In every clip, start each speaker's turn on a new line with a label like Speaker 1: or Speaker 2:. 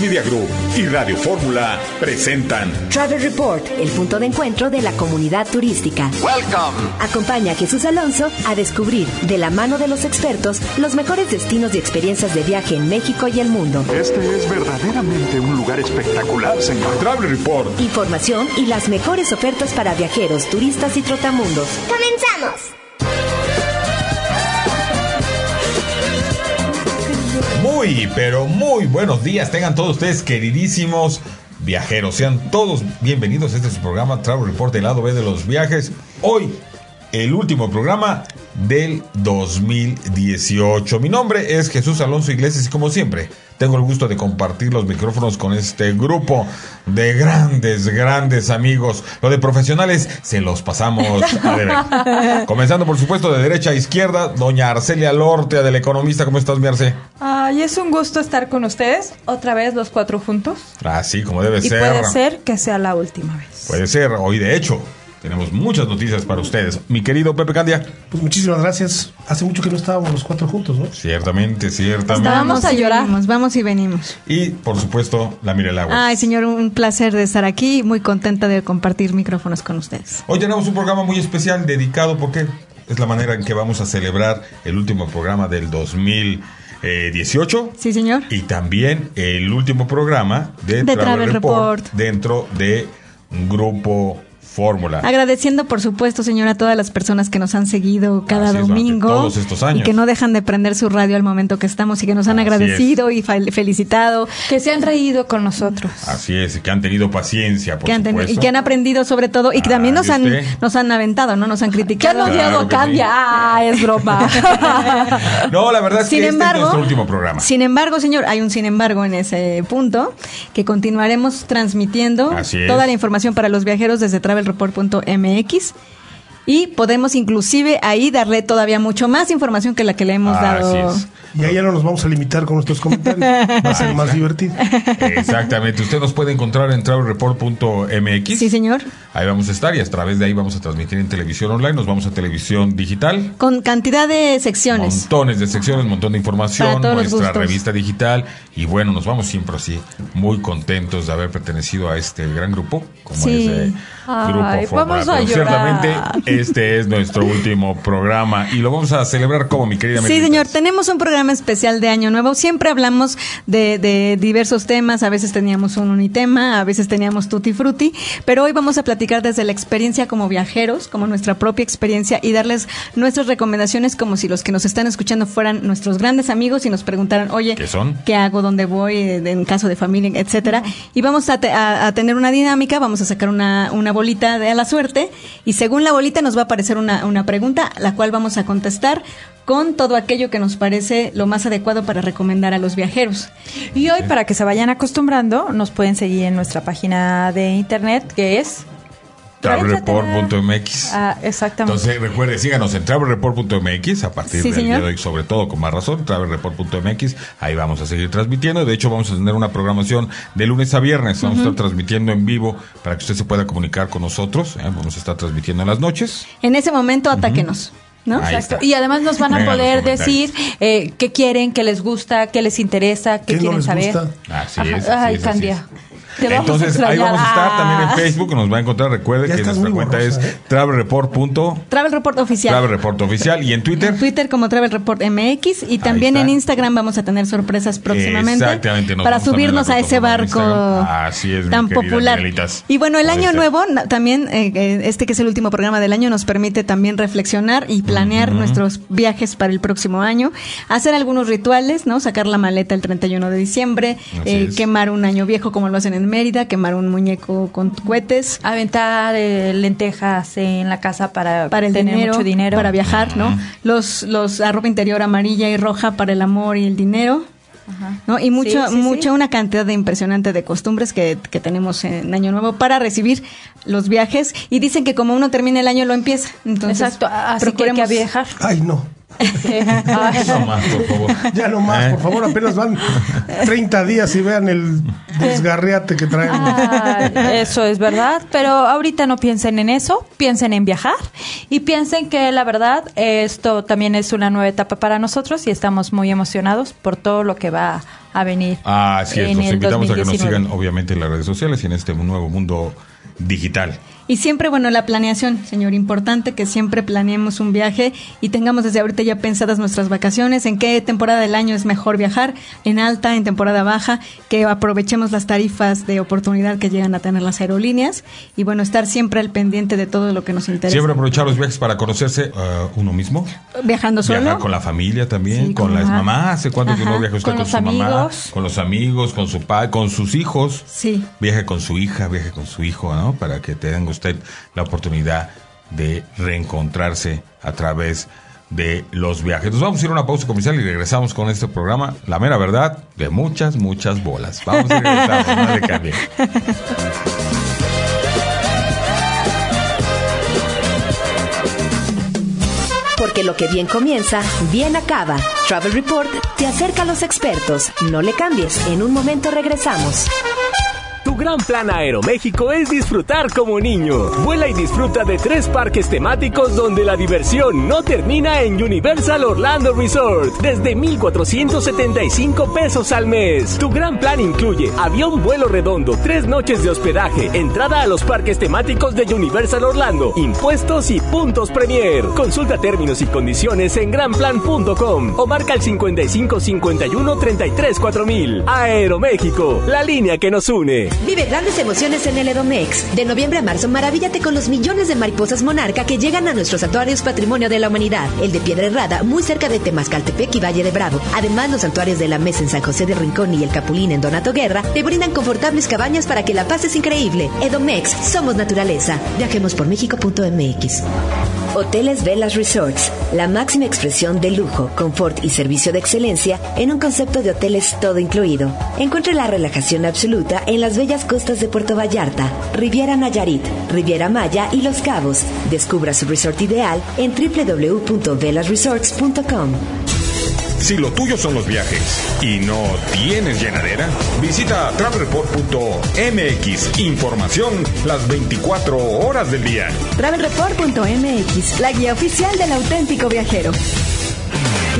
Speaker 1: Media Group y Radio Fórmula presentan
Speaker 2: Travel Report, el punto de encuentro de la comunidad turística.
Speaker 3: Welcome.
Speaker 2: Acompaña a Jesús Alonso a descubrir, de la mano de los expertos, los mejores destinos y experiencias de viaje en México y el mundo.
Speaker 3: Este es verdaderamente un lugar espectacular, señor.
Speaker 1: Travel Report.
Speaker 2: Información y las mejores ofertas para viajeros, turistas y trotamundos.
Speaker 4: ¡Comenzamos!
Speaker 5: Muy, pero muy buenos días. Tengan todos ustedes, queridísimos viajeros. Sean todos bienvenidos. Este es su programa Travel Report, el lado B de los viajes. Hoy, el último programa del 2018. Mi nombre es Jesús Alonso Iglesias y como siempre, tengo el gusto de compartir los micrófonos con este grupo de grandes, grandes amigos. Lo de profesionales se los pasamos a ver. Comenzando, por supuesto, de derecha a izquierda, doña Arcelia Lortea, del Economista. ¿Cómo estás, mi Arce?
Speaker 6: Ay, es un gusto estar con ustedes, otra vez los cuatro juntos.
Speaker 5: Así Ah, como debe
Speaker 6: Y
Speaker 5: ser.
Speaker 6: puede ser que sea la última vez.
Speaker 5: Puede ser. Hoy, de hecho, tenemos muchas noticias para ustedes. Mi querido Pepe Candia.
Speaker 7: Pues muchísimas gracias. Hace mucho que no estábamos los cuatro juntos, ¿no?
Speaker 5: Ciertamente, ciertamente.
Speaker 6: Vamos
Speaker 8: Vamos
Speaker 6: a
Speaker 8: a
Speaker 6: llorar.
Speaker 8: Venimos, vamos y venimos.
Speaker 5: Y, por supuesto, la Mirela Aguas.
Speaker 8: Ay, señor, un placer de estar aquí. Muy contenta de compartir micrófonos con ustedes.
Speaker 5: Hoy tenemos un programa muy especial dedicado porque es la manera en que vamos a celebrar el último programa del 2018
Speaker 8: Sí, señor.
Speaker 5: y también el último programa de,
Speaker 8: De Travel Report.
Speaker 5: dentro de Grupo Fórmula.
Speaker 8: Agradeciendo, por supuesto, señor, a todas las personas que nos han seguido cada
Speaker 5: Así es, durante
Speaker 8: domingo.
Speaker 5: todos estos años.
Speaker 8: Y que no dejan de prender su radio al momento que estamos y que nos han
Speaker 5: Así
Speaker 8: agradecido y fel- felicitado.
Speaker 6: Que se han reído con nosotros.
Speaker 5: Así es, y que han tenido paciencia, Ah, por
Speaker 8: Que han tenido-
Speaker 5: supuesto.
Speaker 8: y que han aprendido sobre todo y que
Speaker 5: Ah,
Speaker 8: también nos
Speaker 5: ¿viste?
Speaker 8: han, nos han aventado, ¿no? Nos han
Speaker 6: Que han
Speaker 8: criticado.
Speaker 6: odiado
Speaker 5: Claro
Speaker 6: a
Speaker 5: que
Speaker 6: Candia.
Speaker 5: sí.
Speaker 6: Ah, es broma.
Speaker 5: No, la verdad es
Speaker 8: Sin
Speaker 5: que este
Speaker 8: embargo,
Speaker 5: es nuestro último programa.
Speaker 8: Sin embargo, señor, hay un sin embargo en ese punto que continuaremos transmitiendo
Speaker 5: Así es.
Speaker 8: toda la información para los viajeros desde travelreport.mx y podemos inclusive ahí darle todavía mucho más información que la que le hemos
Speaker 5: Así
Speaker 8: dado.
Speaker 5: es.
Speaker 7: Y ahí ya no nos vamos a limitar con nuestros comentarios. Va a ser más divertido.
Speaker 5: Exactamente. Usted nos puede encontrar en travelreport.mx.
Speaker 8: Sí, señor.
Speaker 5: Ahí vamos a estar y a través de ahí vamos a transmitir en televisión online, nos vamos a televisión digital.
Speaker 8: Con cantidad de secciones.
Speaker 5: Montones de secciones, montón de información,
Speaker 8: Para todos los
Speaker 5: nuestra
Speaker 8: gustos.
Speaker 5: revista digital y bueno, nos vamos siempre así, muy contentos de haber pertenecido a este gran grupo, como
Speaker 8: Sí.
Speaker 5: es eh, Grupo
Speaker 6: Ay,
Speaker 5: Fórmula.
Speaker 6: vamos a
Speaker 5: Pero
Speaker 6: llorar.
Speaker 5: Ciertamente este es nuestro último programa y lo vamos a celebrar como mi querida
Speaker 8: Sí,
Speaker 5: Melita.
Speaker 8: señor, tenemos un programa especial de Año Nuevo. Siempre hablamos de, de diversos temas. A veces teníamos un unitema, a veces teníamos tutti frutti. Pero hoy vamos a platicar desde la experiencia como viajeros, como nuestra propia experiencia y darles nuestras recomendaciones como si los que nos están escuchando fueran nuestros grandes amigos y nos preguntaran, oye,
Speaker 5: ¿Qué son?
Speaker 8: ¿Qué hago? ¿Dónde voy? Eh, En caso de familia, etcétera. Y vamos a, te- a- a tener una dinámica, vamos a sacar una, una bolita de a la suerte y según la bolita nos va a aparecer una, una pregunta, la cual vamos a contestar con todo aquello que nos parece lo más adecuado para recomendar a los viajeros.
Speaker 6: y hoy, para que se vayan acostumbrando, nos pueden seguir en nuestra página de internet, que es...
Speaker 5: Travelreport.mx.
Speaker 6: Ah, exactamente.
Speaker 5: Entonces, recuerde, síganos en travelreport.mx a partir
Speaker 8: Sí,
Speaker 5: del día
Speaker 8: señor.
Speaker 5: de hoy, sobre todo con más razón, travelreport.mx. Ahí vamos a seguir transmitiendo. De hecho, vamos a tener una programación de lunes a viernes. Vamos a estar transmitiendo en vivo para que usted se pueda comunicar con nosotros. ¿eh? Vamos a estar transmitiendo en las noches.
Speaker 8: En ese momento, atáquenos. ¿No?
Speaker 5: Ahí
Speaker 6: Exacto.
Speaker 5: está.
Speaker 6: Y además nos van a
Speaker 5: Vengan los
Speaker 6: poder
Speaker 5: comentarios.
Speaker 6: decir eh, qué quieren, qué les gusta, qué les interesa, qué,
Speaker 7: ¿Qué no
Speaker 6: quieren
Speaker 7: les
Speaker 6: saber.
Speaker 7: gusta?
Speaker 5: Así
Speaker 6: Ajá.
Speaker 5: es. así
Speaker 6: Ay,
Speaker 5: es, así
Speaker 6: Candia.
Speaker 5: es.
Speaker 6: Te vamos a
Speaker 5: Entonces, ahí
Speaker 6: extrañar.
Speaker 5: vamos a estar también
Speaker 6: Ah.
Speaker 5: en Facebook. Nos va a encontrar. Recuerde
Speaker 7: Ya
Speaker 5: que
Speaker 7: estás
Speaker 5: nuestra
Speaker 7: muy
Speaker 5: cuenta
Speaker 7: borrosa,
Speaker 5: es
Speaker 7: ¿eh?
Speaker 5: travelreport.travelreport
Speaker 8: Travel Report Oficial.
Speaker 5: oficial y en Twitter.
Speaker 8: En Twitter como Travel Report MX y también
Speaker 5: está.
Speaker 8: en Instagram vamos a tener sorpresas próximamente
Speaker 5: Exactamente, nos
Speaker 8: para
Speaker 5: vamos también
Speaker 8: subirnos
Speaker 5: a
Speaker 8: a
Speaker 5: la
Speaker 8: ese barco
Speaker 5: plataforma de Instagram. Así es, mi
Speaker 8: tan
Speaker 5: querida
Speaker 8: popular.
Speaker 5: Miguelitas.
Speaker 8: Y bueno, el
Speaker 5: Ahí
Speaker 8: año
Speaker 5: está.
Speaker 8: nuevo na- también, eh, eh, este que es el último programa del año, nos permite también reflexionar y planear nuestros viajes para el próximo año, hacer algunos rituales, ¿no? Sacar la maleta el 31 de diciembre,
Speaker 5: Así
Speaker 8: eh,
Speaker 5: es.
Speaker 8: quemar un año viejo como lo hacen en Mérida, quemar un muñeco con cohetes.
Speaker 6: aventar eh, lentejas en la casa para,
Speaker 8: para el
Speaker 6: tener
Speaker 8: dinero,
Speaker 6: mucho dinero.
Speaker 8: para viajar, ¿no? Los los la ropa interior amarilla y roja para el amor y el dinero. ¿No? Y mucho,
Speaker 6: Sí, sí,
Speaker 8: mucha,
Speaker 6: sí.
Speaker 8: una cantidad de impresionante de costumbres que, que tenemos en Año Nuevo para recibir los viajes. Y dicen que como uno termina el año, lo empieza. Entonces,
Speaker 6: Exacto, así que hay que
Speaker 8: procuremos-
Speaker 6: viajar.
Speaker 7: Ay, no.
Speaker 5: No más, por favor.
Speaker 7: Ya no más, por favor, apenas van 30 días y vean el desgarriate que traen.
Speaker 6: Ah, eso es verdad, pero ahorita no piensen en eso, piensen en viajar y piensen que la verdad esto también es una nueva etapa para nosotros y estamos muy emocionados por todo lo que va a venir.
Speaker 5: Ah, Así es,
Speaker 6: en
Speaker 5: los
Speaker 6: el
Speaker 5: invitamos a que nos
Speaker 6: 2019.
Speaker 5: sigan, obviamente, en las redes sociales y en este nuevo mundo digital.
Speaker 8: Y siempre, bueno, la planeación, señor, importante que siempre planeemos un viaje y tengamos desde ahorita ya pensadas nuestras vacaciones, en qué temporada del año es mejor viajar, en alta, en temporada baja, que aprovechemos las tarifas de oportunidad que llegan a tener las aerolíneas y bueno, estar siempre al pendiente de todo lo que nos interesa.
Speaker 5: Siempre aprovechar los viajes para conocerse ah, uno mismo.
Speaker 8: Viajando solo.
Speaker 5: Viajar con la familia también,
Speaker 8: Sí,
Speaker 5: con,
Speaker 8: con
Speaker 5: las
Speaker 8: mamá.
Speaker 5: mamás. ¿Hace cuánto que
Speaker 8: Ajá.
Speaker 5: no viaja usted
Speaker 6: Con
Speaker 5: con,
Speaker 6: los
Speaker 5: su mamá?
Speaker 6: amigos.
Speaker 5: Con los amigos, con su padre, con sus hijos.
Speaker 8: Sí.
Speaker 5: Viaje con su hija, viaje con su hijo, ¿no? Para que tenga usted la oportunidad de reencontrarse a través de los viajes. Nos vamos a ir a una pausa comercial y regresamos con este programa, la mera verdad, de muchas, muchas bolas. Vamos a regresar, no le cambie.
Speaker 2: Porque lo que bien comienza, bien acaba. Travel Report te acerca a los expertos. No le cambies, en un momento regresamos.
Speaker 4: Tu gran plan Aeroméxico es disfrutar como niño. Vuela y disfruta de tres parques temáticos donde la diversión no termina en Universal Orlando Resort desde 1,475 pesos al mes. Tu gran plan incluye avión vuelo redondo, tres noches de hospedaje, entrada a los parques temáticos de Universal Orlando, impuestos y puntos Premier. Consulta términos y condiciones en granplan.com o marca el 55 51 33 4000. Aeroméxico, la línea que nos une.
Speaker 2: Vive grandes emociones en el Edomex. De noviembre a marzo, maravíllate con los millones de mariposas monarca que llegan a nuestros santuarios Patrimonio de la Humanidad. El de Piedra Herrada, muy cerca de Temascaltepec y Valle de Bravo. Además, los santuarios de la Mesa en San José de Rincón y el Capulín en Donato Guerra te brindan confortables cabañas para que la pases increíble. Edomex, somos naturaleza. Viajemos por México.mx. Hoteles Velas Resorts, la máxima expresión de lujo, confort y servicio de excelencia en un concepto de hoteles todo incluido. Encuentre la relajación absoluta en las bellas costas de Puerto Vallarta, Riviera Nayarit, Riviera Maya y Los Cabos. Descubra su resort ideal en www.velasresorts.com.
Speaker 1: Si lo tuyo son los viajes y no tienes llenadera, visita travelreport.mx. Información las 24 horas del día.
Speaker 2: Travelreport.mx, la guía oficial del auténtico viajero.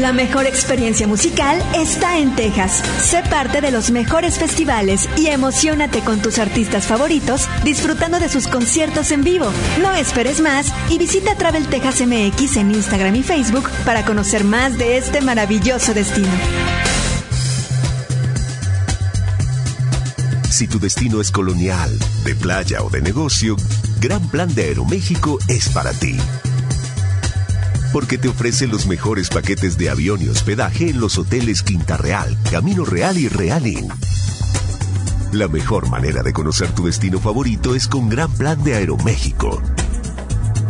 Speaker 2: La mejor experiencia musical está en Texas. Sé parte de los mejores festivales y emocionate con tus artistas favoritos disfrutando de sus conciertos en vivo. No esperes más y visita Travel Texas MX en Instagram y Facebook para conocer más de este maravilloso destino.
Speaker 9: Si tu destino es colonial, de playa o de negocio, Gran Plan de Aeroméxico es para ti. Porque te ofrece los mejores paquetes de avión y hospedaje en los hoteles Quinta Real, Camino Real y Real Inn. La mejor manera de conocer tu destino favorito es con Gran Plan de Aeroméxico.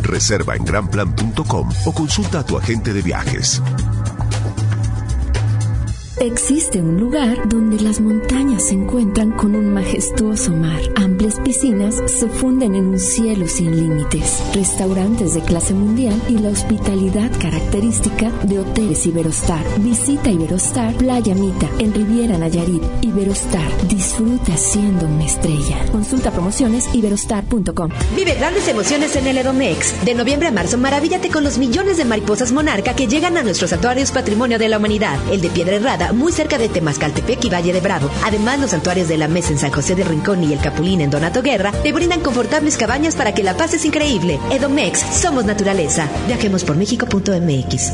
Speaker 9: Reserva en granplan.com o consulta a tu agente de viajes.
Speaker 10: Existe un lugar donde las montañas se encuentran con un majestuoso mar. Amplias piscinas se funden en un cielo sin límites. Restaurantes de clase mundial y la hospitalidad característica de hoteles Iberostar. Visita Iberostar Playa Mita en Riviera Nayarit. Iberostar. Disfruta siendo una estrella. Consulta promociones iberostar.com.
Speaker 2: Vive grandes emociones en el Edomex. De noviembre a marzo, maravíllate con los millones de mariposas monarca que llegan a nuestros santuarios Patrimonio de la Humanidad. El de Piedra Herrada, muy cerca de Temascaltepec y Valle de Bravo. Además, los santuarios de la Mesa en San José de Rincón y el Capulín en Donato Guerra te brindan confortables cabañas para que la pases increíble. Edomex, somos naturaleza. Viajemos por México.mx.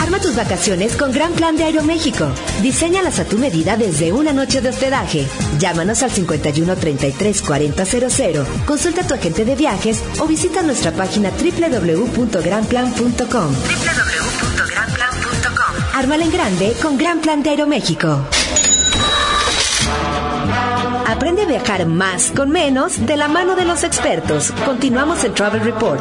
Speaker 2: Arma tus vacaciones con Gran Plan de Aeroméxico. Diseñalas a tu medida desde una noche de hospedaje. Llámanos al 51 33 40 00. Consulta a tu agente de viajes o visita nuestra página www.granplan.com. Ármala en grande con Gran Plan de Aeroméxico. Aprende a viajar más con menos de la mano de los expertos. Continuamos en Travel Report.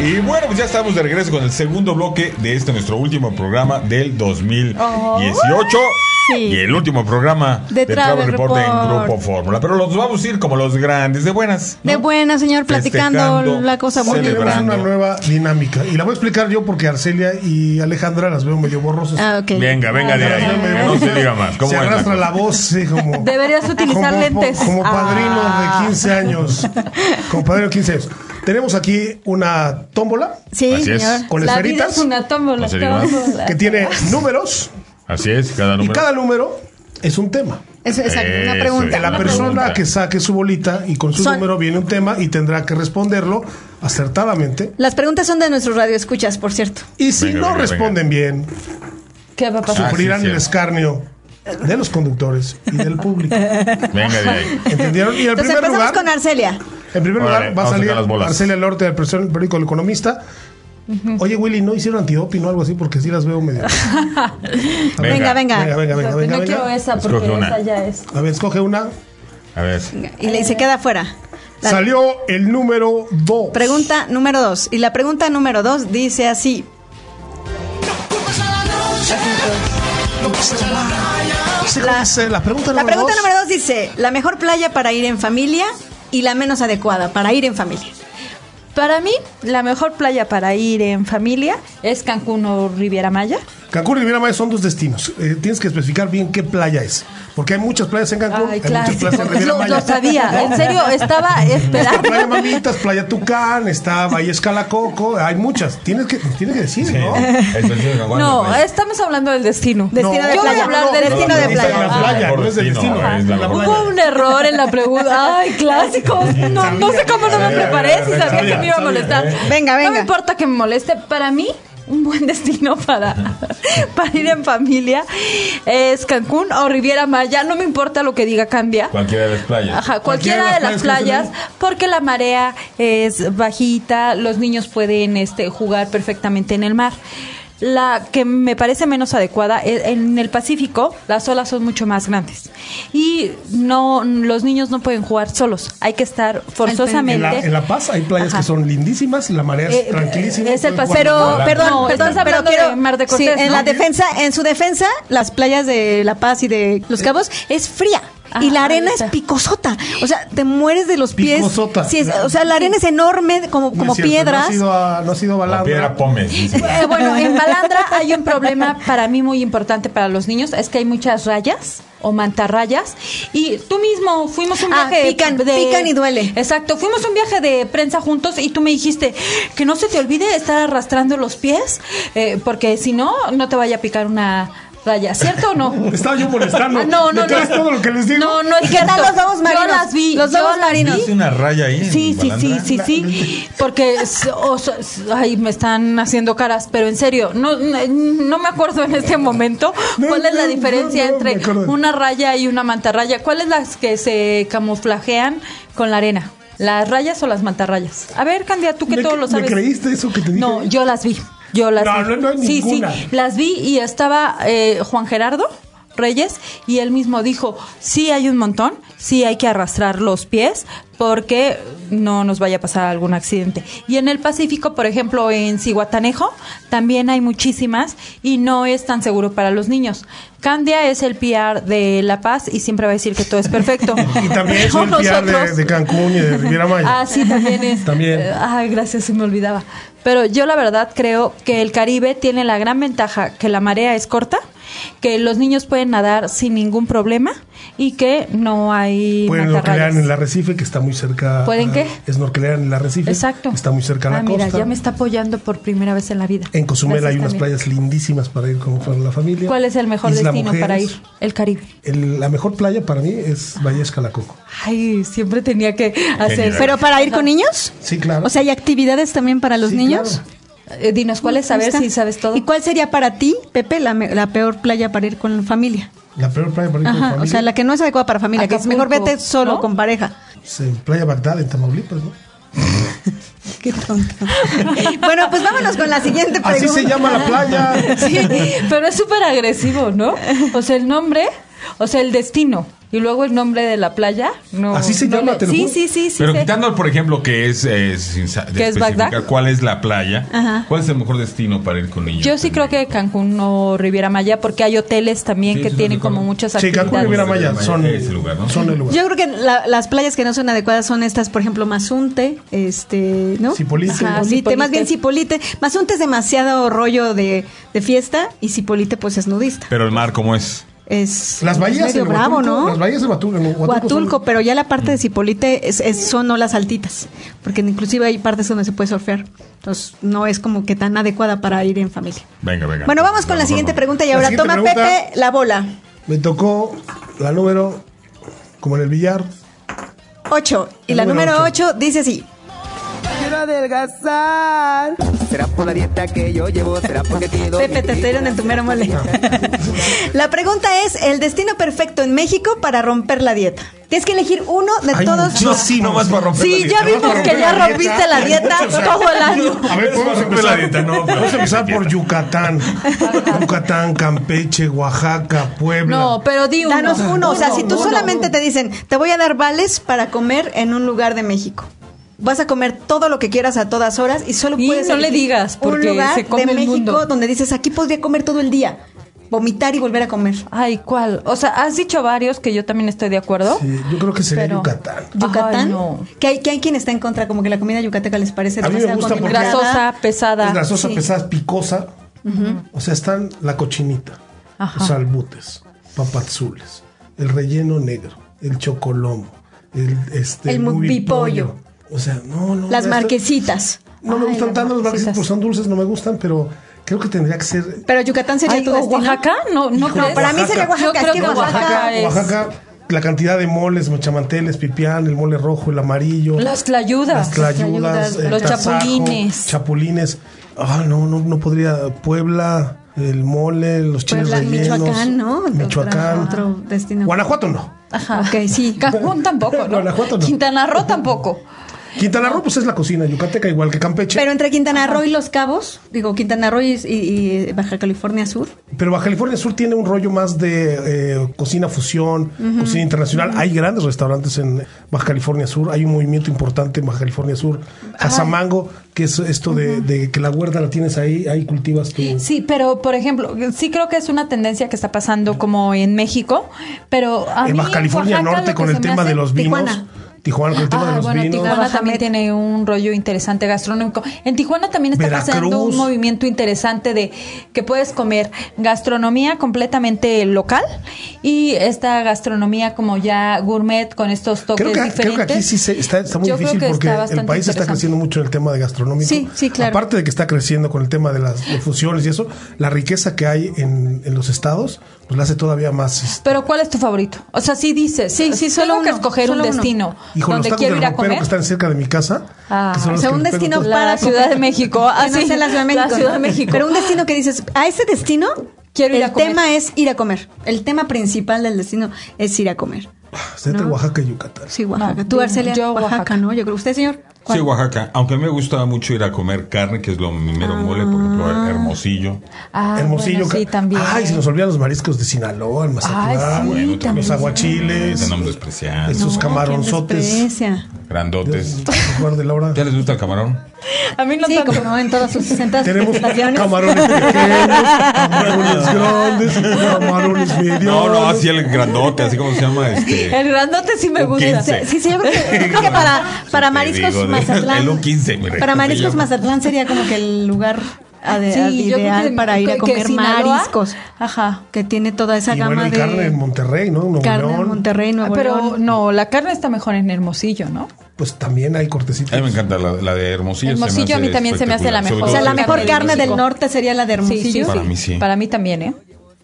Speaker 5: Y bueno, pues ya estamos de regreso con el segundo bloque de este nuestro último programa del 2018.
Speaker 8: Oh, Sí.
Speaker 5: Y el último programa
Speaker 8: De
Speaker 5: de, Travel,
Speaker 8: Travel
Speaker 5: Report, en
Speaker 8: Report.
Speaker 5: Grupo Fórmula. Pero los vamos a ir como los grandes, de buenas. ¿no?
Speaker 8: De buena, señor, platicando
Speaker 5: Festejando,
Speaker 8: la cosa bonita.
Speaker 7: Tenemos
Speaker 5: Celebrando.
Speaker 7: una nueva dinámica. Y la voy a explicar yo porque Arcelia y Alejandra las veo medio borrosas.
Speaker 8: Ah, ok.
Speaker 5: Venga, venga de ahí. Que no se diga más. ¿Cómo
Speaker 7: Se
Speaker 5: es la
Speaker 7: arrastra
Speaker 5: cosa?
Speaker 7: la voz, sí, como.
Speaker 6: Deberías utilizar
Speaker 7: como,
Speaker 6: lentes.
Speaker 7: Como padrino
Speaker 6: Ah.
Speaker 7: de 15 años. Como padrino de 15 años. Tenemos aquí una tómbola
Speaker 8: Sí,
Speaker 5: Así es.
Speaker 8: señor.
Speaker 7: con
Speaker 6: La vida
Speaker 7: esferitas
Speaker 6: es una tómbola.
Speaker 5: No se diga más.
Speaker 6: tómbola.
Speaker 7: que tiene números
Speaker 5: Así es, cada
Speaker 7: y
Speaker 5: número.
Speaker 7: cada número es un tema.
Speaker 8: Eso, exacto, una
Speaker 5: Eso
Speaker 8: pregunta.
Speaker 5: es.
Speaker 7: La
Speaker 5: Una
Speaker 7: persona
Speaker 5: pregunta.
Speaker 7: que saque su bolita y con su
Speaker 8: Son-
Speaker 7: número viene un tema y tendrá que responderlo acertadamente.
Speaker 8: Las preguntas son de nuestros radioescuchas, por cierto.
Speaker 7: Y si
Speaker 5: Venga,
Speaker 7: no
Speaker 5: venga,
Speaker 7: responden bien,
Speaker 6: ¿Qué va a pasar?
Speaker 5: Ah, sí,
Speaker 7: sufrirán el
Speaker 5: cierto.
Speaker 7: escarnio de los conductores y del público.
Speaker 5: Venga de ahí.
Speaker 7: ¿Entendieron? Y en
Speaker 8: Entonces
Speaker 7: primer
Speaker 8: empezamos
Speaker 7: lugar,
Speaker 8: con Arcelia.
Speaker 7: en
Speaker 5: Órale,
Speaker 7: primer lugar va a
Speaker 5: vamos a
Speaker 7: salir
Speaker 5: sacar las bolas.
Speaker 7: Arcelia Lorte del periódico- periódico El Economista. Oye, Willy, ¿no hicieron antidoping o algo así? Porque sí las veo medio. Venga,
Speaker 8: Venga, venga.
Speaker 7: venga, venga,
Speaker 6: no
Speaker 7: venga,
Speaker 6: quiero
Speaker 7: venga.
Speaker 6: esa
Speaker 5: Escoge
Speaker 6: porque
Speaker 5: una.
Speaker 6: esa ya es.
Speaker 7: A ver, escoge una.
Speaker 5: A ver.
Speaker 8: Y le dice, queda afuera. La-
Speaker 7: Salió el número 2.
Speaker 8: Pregunta número dos. Y la pregunta número dos dice así.
Speaker 7: La, la pregunta número
Speaker 8: La pregunta
Speaker 7: dos.
Speaker 8: número dos dice, la mejor playa para ir en familia y la menos adecuada para ir en familia.
Speaker 6: Para mí, la mejor playa para ir en familia es Cancún o Riviera Maya.
Speaker 7: Cancún y Riviera Maya son dos destinos. Eh, tienes que especificar bien qué playa es. Porque hay muchas playas en Cancún,
Speaker 6: Ay,
Speaker 7: hay
Speaker 6: claro.
Speaker 7: muchas playas en Riviera
Speaker 6: Lo,
Speaker 7: Maya.
Speaker 6: lo sabía. En serio, estaba
Speaker 7: Está Playa
Speaker 6: esperando.
Speaker 7: Mamitas, Playa Tucán, está Bahía Escalacoco, hay muchas. Tienes que, tienes que decir, ¿no?
Speaker 5: Eso Oh, sí, bueno,
Speaker 6: No,
Speaker 5: pues.
Speaker 6: estamos hablando del destino.
Speaker 8: Destino de
Speaker 6: Yo voy
Speaker 8: playa.
Speaker 6: a hablar
Speaker 8: No,
Speaker 6: del
Speaker 8: no,
Speaker 6: destino
Speaker 8: no,
Speaker 6: de
Speaker 8: no,
Speaker 7: Esa es
Speaker 6: playa.
Speaker 7: la playa, no es el
Speaker 5: Destino,
Speaker 7: destino.
Speaker 5: es la
Speaker 7: La
Speaker 5: mejor
Speaker 7: playa.
Speaker 6: Hubo un error en la pregunta. Ay, clásicos. No, no sé cómo no me preparé si sabía eh. que me iba a molestar.
Speaker 8: Venga,
Speaker 6: No me
Speaker 8: venga.
Speaker 6: importa que me moleste. Para mí, un buen destino para, para ir en familia es Cancún o Riviera Maya. No me importa lo que diga Cambia.
Speaker 5: Cualquiera de las playas.
Speaker 6: Ajá, cualquiera de las playas, porque la marea es bajita, los niños pueden este, jugar perfectamente en el mar. La que me parece menos adecuada es en el Pacífico, las olas son mucho más grandes y no los niños no pueden jugar solos, hay que estar
Speaker 7: En la,
Speaker 6: forzosamente.
Speaker 7: en La Paz hay playas
Speaker 6: Ajá.
Speaker 7: que son lindísimas, la marea es
Speaker 6: Eh,
Speaker 7: tranquilísima.
Speaker 6: es el
Speaker 7: puedes
Speaker 6: paseo-
Speaker 7: jugar.
Speaker 6: Pero-
Speaker 8: Perdón,
Speaker 6: No,
Speaker 8: perdón,
Speaker 6: estás
Speaker 8: pero
Speaker 6: hablando
Speaker 8: quiero-
Speaker 6: de Mar de
Speaker 8: sí,
Speaker 6: Cortés,
Speaker 8: en
Speaker 6: ¿no?
Speaker 8: la defensa, en su defensa, las playas de La Paz y de Los Cabos es fría.
Speaker 6: Ah,
Speaker 8: y la
Speaker 6: ahí
Speaker 8: arena es
Speaker 6: está.
Speaker 8: picosota. O sea, te mueres de los pies.
Speaker 7: Picosota.
Speaker 8: Sí, es- o sea, la arena es enorme, como,
Speaker 7: No es
Speaker 8: como
Speaker 7: cierto,
Speaker 8: piedras.
Speaker 7: No ha sido, a- no ha sido
Speaker 5: La
Speaker 7: Balandra.
Speaker 5: piedra Pómez. dice.
Speaker 6: Eh, bueno, en Balandra hay un problema para mí muy importante para los niños, es que hay muchas rayas o mantarrayas y tú mismo fuimos un
Speaker 8: Ah,
Speaker 6: viaje de-
Speaker 8: pican,
Speaker 6: de-
Speaker 8: pican y duele.
Speaker 6: Exacto, fuimos un viaje de prensa juntos y tú me dijiste que no se te olvide estar arrastrando los pies eh, porque si no no te vaya a picar una raya, ¿cierto o no?
Speaker 7: Estaba yo molestando.
Speaker 6: Ah, no, no,
Speaker 7: ¿Me crees
Speaker 6: no.
Speaker 7: todo lo que les digo?
Speaker 6: No, no es
Speaker 8: ¿Qué tal
Speaker 6: cierto.
Speaker 8: los lobos marinos?
Speaker 6: Yo las vi,
Speaker 8: Los
Speaker 6: yo
Speaker 8: lobos
Speaker 6: las
Speaker 8: marinos.
Speaker 6: vi.
Speaker 5: Hace una raya ahí.
Speaker 7: ¿eh?
Speaker 5: en
Speaker 6: Sí, sí, sí,
Speaker 5: Balandra.
Speaker 6: sí, sí. Porque s- o sea, s- ay, me están haciendo caras, pero en serio, no, no, no me acuerdo en este momento
Speaker 7: No,
Speaker 6: cuál es la
Speaker 7: no,
Speaker 6: diferencia
Speaker 7: no, no, me
Speaker 6: entre
Speaker 7: acuerdo.
Speaker 6: una raya y una mantarraya. ¿Cuál es las que se camuflajean con la arena? ¿Las rayas o las mantarrayas? A ver, Candia, tú que
Speaker 7: ¿Me-
Speaker 6: todo lo
Speaker 7: me
Speaker 6: sabes.
Speaker 7: creíste eso que te dije?
Speaker 6: No, yo las vi. Yo las
Speaker 7: No,
Speaker 6: vi.
Speaker 7: no, no hay
Speaker 6: sí,
Speaker 7: ninguna.
Speaker 6: sí, las vi y estaba eh, Juan Gerardo Reyes y él mismo dijo, sí hay un montón, sí hay que arrastrar los pies porque no nos vaya a pasar algún accidente. Y en el Pacífico, por ejemplo, en Cihuatanejo, también hay muchísimas y no es tan seguro para los niños. Candia es el PR de La Paz y siempre va a decir que todo es perfecto.
Speaker 7: Y también es
Speaker 6: Pero
Speaker 7: el PR de,
Speaker 6: nosotros-
Speaker 7: de Cancún y de Riviera Maya.
Speaker 6: Ah, sí, también es.
Speaker 7: También.
Speaker 6: Eh, Ay, gracias, se me olvidaba. Pero yo la verdad creo que el Caribe tiene la gran ventaja que la marea es corta, que los niños pueden nadar sin ningún problema y que no hay
Speaker 7: Pueden
Speaker 6: matarrayas.
Speaker 7: norquelear en el arrecife, que está muy cerca.
Speaker 6: ¿Pueden qué?
Speaker 7: Snorkelear en el arrecife.
Speaker 6: Exacto.
Speaker 7: Está muy cerca a la
Speaker 6: ah,
Speaker 7: costa.
Speaker 6: mira, ya me está apoyando por primera vez en la vida.
Speaker 7: En Cozumel
Speaker 6: Gracias
Speaker 7: hay unas
Speaker 6: también.
Speaker 7: playas lindísimas para ir con, con la familia.
Speaker 6: ¿Cuál es el mejor
Speaker 7: Isla
Speaker 6: destino para
Speaker 7: Mujeres.
Speaker 6: ir? El Caribe.
Speaker 7: El- la mejor playa para mí es Bahía Escalacoco.
Speaker 6: Ay, siempre tenía que hacer.
Speaker 5: Genial.
Speaker 8: Pero para ir con niños.
Speaker 7: Sí, claro.
Speaker 8: O sea, ¿hay actividades también para los
Speaker 7: Sí,
Speaker 8: niños?
Speaker 7: claro.
Speaker 6: eh, dinos cuál es, a
Speaker 8: Ahí
Speaker 6: ver
Speaker 8: está.
Speaker 6: si sabes todo.
Speaker 8: ¿Y cuál sería para ti, Pepe, la, me- la peor playa para ir con la familia?
Speaker 7: La peor playa para ir con la
Speaker 8: Ajá,
Speaker 7: familia.
Speaker 8: o sea, la que no es adecuada para familia, que es mejor
Speaker 6: Acapulco,
Speaker 8: vete solo
Speaker 6: ¿no?
Speaker 8: con pareja.
Speaker 7: Sí, playa Bagdad en Tamaulipas, ¿no?
Speaker 8: Qué tonto. bueno, pues vámonos con la siguiente pregunta.
Speaker 7: Así se llama la playa.
Speaker 6: Sí, pero es súper agresivo, ¿no? O sea, el nombre, o sea, el destino. Y luego el nombre de la playa. No,
Speaker 7: ¿Así se
Speaker 6: no
Speaker 7: llama,
Speaker 6: le-
Speaker 7: te lo
Speaker 6: Sí,
Speaker 7: juro?
Speaker 6: sí, sí, sí.
Speaker 5: Pero
Speaker 6: sí.
Speaker 5: quitando, por ejemplo, que es, eh, sin sa- de
Speaker 6: ¿Qué es
Speaker 5: especificar
Speaker 6: Bagdad?
Speaker 5: cuál es la playa,
Speaker 6: Ajá.
Speaker 5: cuál es el mejor destino para ir con niños.
Speaker 6: Yo sí creo que Cancún o Riviera Maya, porque hay hoteles también
Speaker 5: Sí,
Speaker 6: que
Speaker 5: sí,
Speaker 6: tienen
Speaker 5: sí, con-
Speaker 6: como muchas
Speaker 7: Sí,
Speaker 6: actividades.
Speaker 7: Cancún Riviera Maya son,
Speaker 5: Es el lugar, ¿no?
Speaker 7: son el lugar.
Speaker 8: Yo creo que la- las playas que no son adecuadas son estas, por ejemplo, Mazunte, este, ¿no?
Speaker 7: Cipolite.
Speaker 6: Ajá,
Speaker 8: Cipolite, más
Speaker 6: Cipolite.
Speaker 8: bien Cipolite. Mazunte es demasiado rollo de, de fiesta y Cipolite pues es nudista.
Speaker 5: Pero el mar, ¿cómo es?
Speaker 8: Es
Speaker 7: Las bahías
Speaker 8: es medio
Speaker 7: en
Speaker 8: bravo,
Speaker 7: Huatulco,
Speaker 8: ¿no?
Speaker 7: Las bahías de Huatulco. no, Huatulco son-
Speaker 8: Huatulco, pero ya la parte de Cipolite es, es- son olas altitas, porque inclusive hay partes donde se puede surfear. Entonces, no es como que tan adecuada para ir en familia.
Speaker 5: Venga, venga.
Speaker 8: Bueno, vamos con la siguiente pregunta y
Speaker 7: La
Speaker 8: ahora
Speaker 7: siguiente
Speaker 8: toma
Speaker 7: pregunta.
Speaker 8: Pepe la bola.
Speaker 7: Me tocó la número, como en el billar,
Speaker 8: 8. Y la
Speaker 7: El número
Speaker 8: número
Speaker 7: ocho.
Speaker 8: 8 dice así. Quiero adelgazar. Será por la dieta que yo llevo, será porque Pepe, te estoy dando en tu mero mole. la pregunta es, el destino perfecto en México para romper la dieta. Tienes que elegir uno de
Speaker 7: Ay,
Speaker 8: todos.
Speaker 7: yo
Speaker 5: Sí, nomás para romper
Speaker 8: Sí,
Speaker 5: la
Speaker 8: ya
Speaker 5: dieta.
Speaker 8: vimos
Speaker 7: Para
Speaker 8: que
Speaker 7: romper
Speaker 8: ya
Speaker 7: la
Speaker 8: rompiste
Speaker 7: dieta.
Speaker 8: la dieta todo el año.
Speaker 7: A ver, podemos
Speaker 5: Para romper la
Speaker 7: empezar,
Speaker 5: dieta, no, pues. para
Speaker 7: vamos a empezar
Speaker 5: romper la
Speaker 7: por
Speaker 5: dieta.
Speaker 7: Yucatán. Yucatán, Campeche, Oaxaca, Puebla.
Speaker 6: No, pero di uno.
Speaker 8: Danos uno. O sea,
Speaker 6: Uno,
Speaker 8: si tú
Speaker 6: uno,
Speaker 8: solamente te dicen, te voy a dar vales para comer en un lugar de México. Vas a comer todo lo que quieras a todas horas y solo
Speaker 6: Y
Speaker 8: puedes
Speaker 6: no le
Speaker 8: elegir
Speaker 6: digas, porque
Speaker 8: un lugar
Speaker 6: se come
Speaker 8: de
Speaker 6: el
Speaker 8: México
Speaker 6: mundo.
Speaker 8: donde dices, aquí podría comer todo el día, vomitar y volver a comer.
Speaker 6: Ay, ¿cuál? O sea, has dicho varios que yo también estoy de acuerdo.
Speaker 7: Sí, yo creo que sería
Speaker 6: Pero-
Speaker 7: Yucatán.
Speaker 8: Yucatán,
Speaker 6: Ay, no.
Speaker 8: que, hay, que hay quien está en contra, como que la comida yucateca les parece
Speaker 7: A mí me
Speaker 8: demasiado
Speaker 7: gusta porque-
Speaker 8: condimentada.
Speaker 6: Grasosa, Ah, pesada.
Speaker 7: Es grasosa,
Speaker 8: sí.
Speaker 7: pesada, picosa. O sea, están la cochinita,
Speaker 6: Ajá.
Speaker 7: los albutes, papazules, el relleno negro, el chocolombo, el este
Speaker 8: El mubipollo.
Speaker 7: mubipollo. O sea, no, no.
Speaker 8: Las
Speaker 7: ya está-
Speaker 8: marquesitas.
Speaker 7: No me
Speaker 6: Ay,
Speaker 7: gustan
Speaker 6: las
Speaker 7: tanto las marquesitas
Speaker 6: marquesitas.
Speaker 7: porque son dulces, no me gustan, pero creo que tendría que ser.
Speaker 8: Pero Yucatán sería
Speaker 6: Ay,
Speaker 8: tu
Speaker 6: ¿o
Speaker 8: destino.
Speaker 6: Oaxaca? No, no,
Speaker 7: Híjole,
Speaker 6: crees?
Speaker 8: Para mí sería
Speaker 7: Oaxaca.
Speaker 8: Oaxaca.
Speaker 6: Yo
Speaker 8: es
Speaker 6: creo
Speaker 8: que
Speaker 6: que
Speaker 8: Oaxaca,
Speaker 6: Oaxaca es-
Speaker 7: Oaxaca, la cantidad de moles, mochamanteles, pipián, el mole rojo, el amarillo.
Speaker 6: Las tlayudas.
Speaker 7: Las tlayudas, el
Speaker 6: los
Speaker 7: casajo,
Speaker 6: chapulines.
Speaker 7: Chapulines. Ah, no, no, no podría. Puebla, el mole, los chiles
Speaker 8: Puebla,
Speaker 7: rellenos.
Speaker 8: Michoacán, ¿no? Otro-
Speaker 7: Michoacán.
Speaker 8: otro destino.
Speaker 7: Guanajuato no.
Speaker 8: Ajá, ok, sí.
Speaker 6: Cancún tampoco, ¿no?
Speaker 7: Guanajuato no.
Speaker 6: Quintana Roo tampoco.
Speaker 7: Quintana Roo, pues es la cocina yucateca, igual que Campeche.
Speaker 8: Pero entre Quintana Roo y Los Cabos, digo, Quintana Roo y, y- y Baja California Sur,
Speaker 7: Pero Baja California Sur tiene un rollo más de eh, cocina fusión, cocina internacional. Hay grandes restaurantes en Baja California Sur. Hay un movimiento importante en Baja California Sur. Casamango, que es esto de, de que la huerta la tienes ahí, ahí cultivas tu.
Speaker 6: Sí, pero por ejemplo, sí creo que es una tendencia que está pasando como en México, pero a
Speaker 7: en
Speaker 6: mí
Speaker 7: Baja California
Speaker 6: Oaxaca
Speaker 7: Norte
Speaker 6: lo
Speaker 7: con
Speaker 6: que
Speaker 7: el
Speaker 6: se me
Speaker 7: tema
Speaker 6: hace-
Speaker 7: de los vinos.
Speaker 8: Tijuana.
Speaker 7: Tijuana con el tema
Speaker 6: Ah,
Speaker 7: de los
Speaker 6: bueno,
Speaker 7: vinos.
Speaker 6: Tijuana
Speaker 8: Baja
Speaker 6: también
Speaker 8: Met.
Speaker 6: tiene un rollo interesante gastronómico. En Tijuana también está pasando
Speaker 7: Veracruz.
Speaker 6: un movimiento interesante de que puedes comer gastronomía completamente local y esta gastronomía como ya gourmet con estos toques
Speaker 7: Creo que,
Speaker 6: diferentes.
Speaker 7: creo que aquí sí se- está, está muy
Speaker 6: Yo creo
Speaker 7: difícil
Speaker 6: que
Speaker 7: porque el
Speaker 6: bastante
Speaker 7: país está
Speaker 6: interesante.
Speaker 7: creciendo mucho en el tema de gastronómico.
Speaker 8: Sí, sí, claro.
Speaker 7: Aparte de que está creciendo con el tema de las de fusiones y eso, la riqueza que hay en, en los estados, pues la hace todavía más. este,
Speaker 6: Pero ¿cuál es tu favorito? O sea, sí dices,
Speaker 8: Sí, sí, solo
Speaker 6: tengo que
Speaker 8: uno,
Speaker 6: escoger
Speaker 8: solo
Speaker 6: un
Speaker 8: uno.
Speaker 6: destino
Speaker 7: Hijo, los
Speaker 6: donde
Speaker 7: tacos
Speaker 6: quiero
Speaker 7: del
Speaker 6: ir a
Speaker 7: rompero
Speaker 6: comer.
Speaker 7: que están cerca de mi casa.
Speaker 6: Ah,
Speaker 7: que son
Speaker 8: o
Speaker 7: los
Speaker 8: sea,
Speaker 7: que
Speaker 8: un
Speaker 7: me pego
Speaker 8: destino
Speaker 7: todo.
Speaker 8: para
Speaker 6: La Ciudad de México.
Speaker 8: que
Speaker 6: Así
Speaker 8: no sea la Ciudad de México.
Speaker 6: La Ciudad de México.
Speaker 8: Pero un destino que dices, a ese destino
Speaker 6: Quiero ir
Speaker 8: el
Speaker 6: a comer.
Speaker 8: tema es ir a comer. El tema principal del destino es ir a comer.
Speaker 7: Está entre Oaxaca y Yucatán.
Speaker 8: Sí, Oaxaca.
Speaker 6: No,
Speaker 8: Tú, Arcelia,
Speaker 6: yo,
Speaker 8: Oaxaca,
Speaker 6: Oaxaca.
Speaker 8: ¿no? Yo creo. ¿Usted, señor? ¿Cuál?
Speaker 5: Sí, Oaxaca. Aunque a mí me gusta mucho ir a comer carne, que es lo mi mero mole, por ejemplo, hermosillo.
Speaker 6: Ah,
Speaker 7: Hermosillo.
Speaker 6: bueno, sí,
Speaker 7: ca-
Speaker 6: también.
Speaker 7: Ay, se nos olvidan los mariscos de Sinaloa, el Mazatlán,
Speaker 6: sí,
Speaker 5: Bueno, también.
Speaker 7: los aguachiles,
Speaker 5: Tenemos despreciando.
Speaker 7: esos
Speaker 8: No, ¿quién
Speaker 7: camaronzotes.
Speaker 8: desprecia?
Speaker 5: Grandotes.
Speaker 7: Juan de Laura.
Speaker 5: ¿Ya les gusta el camarón?
Speaker 6: A mí no
Speaker 8: Sí,
Speaker 6: tanto.
Speaker 8: como no, en todas sus 60
Speaker 7: Tenemos
Speaker 8: presentaciones.
Speaker 7: camarones pequeños, camarones grandes, camarones medianos.
Speaker 5: No, no, así el grandote, así como se llama este.
Speaker 6: El grandote sí me
Speaker 5: Un
Speaker 6: gusta.
Speaker 5: 15.
Speaker 8: Sí, sí, yo creo que, yo creo que para, para
Speaker 5: te
Speaker 8: mariscos
Speaker 5: digo, de-
Speaker 8: Mazatlán.
Speaker 5: el U15, mira, ¿cómo
Speaker 8: para
Speaker 5: se
Speaker 8: mariscos
Speaker 5: llama?
Speaker 8: Mazatlán sería como que el lugar ade-
Speaker 6: Sí, yo creo
Speaker 8: ideal
Speaker 6: que-
Speaker 8: para ir a
Speaker 6: que-
Speaker 8: comer
Speaker 6: que Sinaloa.
Speaker 8: mariscos.
Speaker 6: Ajá.
Speaker 8: Que tiene toda esa
Speaker 7: Y
Speaker 8: gama
Speaker 7: bueno, y
Speaker 8: de
Speaker 7: carne en Monterrey, ¿no? Nuevo
Speaker 8: carne en
Speaker 7: León.
Speaker 8: Monterrey,
Speaker 6: Ah,
Speaker 8: Nuevo
Speaker 6: Pero
Speaker 8: León.
Speaker 6: no, la carne está mejor en Hermosillo, ¿no?
Speaker 7: Pues también hay
Speaker 5: A mí me
Speaker 7: cortecitos.
Speaker 5: encanta la, la de Hermosillo. se me
Speaker 6: Hermosillo a mí
Speaker 5: hace
Speaker 6: también se me hace la
Speaker 5: espectacular,
Speaker 6: mejor.
Speaker 5: sobre
Speaker 8: O sea,
Speaker 5: todo
Speaker 8: la
Speaker 5: si
Speaker 8: mejor
Speaker 5: es
Speaker 8: carne del
Speaker 5: México.
Speaker 8: norte sería la de Hermosillo.
Speaker 5: Para mí sí.
Speaker 6: Para mí también, ¿eh?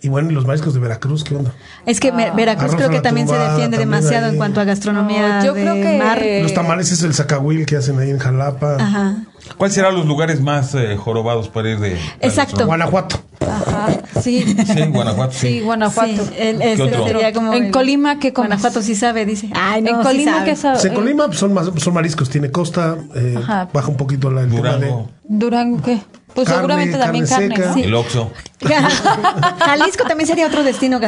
Speaker 7: Y bueno, y los mariscos de Veracruz, ¿qué onda?
Speaker 8: Es que
Speaker 6: Ah.
Speaker 8: Mer- Veracruz
Speaker 7: Arroz
Speaker 8: creo
Speaker 7: a
Speaker 8: que
Speaker 7: la
Speaker 8: también se
Speaker 7: tumbada,
Speaker 8: defiende
Speaker 7: también
Speaker 8: demasiado
Speaker 7: ahí.
Speaker 8: en cuanto a gastronomía
Speaker 6: No, yo
Speaker 8: de
Speaker 6: creo que-
Speaker 8: mar.
Speaker 6: Eh.
Speaker 7: Los tamales es el zacahuil que hacen ahí en Jalapa.
Speaker 8: Ajá.
Speaker 5: ¿Cuál será los lugares más eh, jorobados para ir de. para
Speaker 8: Exacto.
Speaker 5: nuestro-
Speaker 7: Guanajuato.
Speaker 6: Ajá. Sí.
Speaker 5: Sí, Guanajuato.
Speaker 6: Sí,
Speaker 5: Sí.
Speaker 8: Sí,
Speaker 6: Guanajuato.
Speaker 8: el- ese
Speaker 5: ¿Qué otro?
Speaker 8: sería como
Speaker 6: En
Speaker 8: el-
Speaker 6: Colima, ¿qué comes?
Speaker 8: Guanajuato sí sabe, dice. Ay, no,
Speaker 6: en
Speaker 8: sí
Speaker 6: Colima,
Speaker 8: sabe.
Speaker 6: ¿qué sabe?
Speaker 7: Pues en Colima pues, son, más, son mariscos, tiene costa, eh,
Speaker 6: Ajá.
Speaker 7: baja un poquito la el tema
Speaker 5: Durango.
Speaker 6: Durango, ¿qué? Pues
Speaker 7: Carne,
Speaker 6: seguramente también
Speaker 7: carne
Speaker 6: carne,
Speaker 7: seca.
Speaker 6: ¿no?
Speaker 8: Sí.
Speaker 5: El Oxxo.
Speaker 8: Jalisco también sería otro destino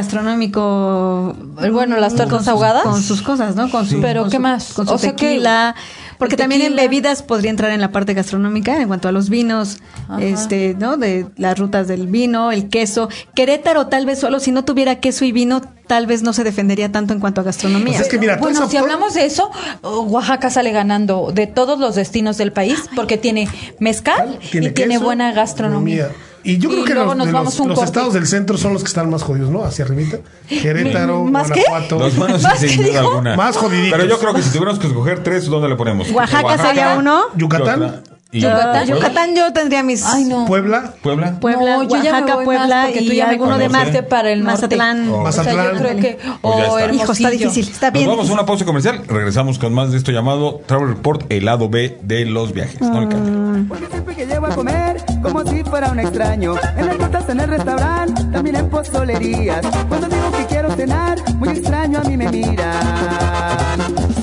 Speaker 8: gastronómico.
Speaker 6: Bueno, las tortas
Speaker 8: Con sus-
Speaker 6: ahogadas.
Speaker 8: Con sus cosas, ¿no? Con su,
Speaker 6: Pero,
Speaker 8: con
Speaker 6: ¿qué
Speaker 8: su-
Speaker 6: más?
Speaker 8: Con su
Speaker 6: O sea que-
Speaker 8: tequila. Porque
Speaker 6: el
Speaker 8: también en
Speaker 6: tequila.
Speaker 8: bebidas podría entrar en la parte gastronómica en cuanto a los vinos, este, ¿no? De las rutas del vino, el queso. Querétaro tal vez solo si no tuviera queso y vino, tal vez no se defendería tanto en cuanto a gastronomía.
Speaker 7: Pues es que mira, toda
Speaker 6: Bueno,
Speaker 7: esa-
Speaker 6: si hablamos de eso, oh, Oaxaca sale ganando de todos los destinos del país porque tiene mezcal y tiene
Speaker 7: queso,
Speaker 6: buena gastronomía.
Speaker 7: Y yo creo que
Speaker 6: luego
Speaker 7: los,
Speaker 6: nos
Speaker 7: de
Speaker 6: vamos
Speaker 7: los-
Speaker 6: a un
Speaker 7: los
Speaker 6: corte.
Speaker 7: estados del centro son los que están más jodidos, ¿no? Hacia arribita. Querétaro,
Speaker 6: ¿Más qué?
Speaker 7: Guanajuato.
Speaker 5: Los buenos
Speaker 6: ¿Más
Speaker 5: sí,
Speaker 6: qué
Speaker 5: sin duda
Speaker 6: dijo?
Speaker 5: alguna.
Speaker 7: Más jodiditos.
Speaker 5: Pero yo creo que si tuviéramos que escoger tres, ¿dónde le ponemos?
Speaker 8: Oaxaca sería uno.
Speaker 7: Yucatán.
Speaker 5: y-
Speaker 8: Ah,
Speaker 6: Yucatán.
Speaker 8: Yucatán yo tendría mis
Speaker 6: Ay, no.
Speaker 7: Puebla,
Speaker 5: Puebla.
Speaker 8: Puebla,
Speaker 6: No, yo ya me
Speaker 8: Oaxaca,
Speaker 6: voy más
Speaker 8: Puebla
Speaker 6: porque
Speaker 8: y
Speaker 6: tú ya me
Speaker 8: alguno de más
Speaker 5: conociste
Speaker 6: para el norte.
Speaker 8: Mazatlán.
Speaker 5: Oh.
Speaker 6: O sea, yo
Speaker 7: Mazatlán.
Speaker 6: creo que
Speaker 5: Pues ya
Speaker 6: o
Speaker 5: está.
Speaker 8: Hijo, está
Speaker 6: Hermosillo.
Speaker 8: difícil, está
Speaker 5: Nos
Speaker 8: bien.
Speaker 5: vamos a una pausa comercial. Regresamos con más de esto llamado Travel Report, el lado B de los viajes. No le cambie.
Speaker 11: Porque siempre que llego a comer, como si fuera un extraño. En las tortas, en el restaurante, también en pozolerías. Cuando digo que quiero cenar, muy extraño a mí me miran.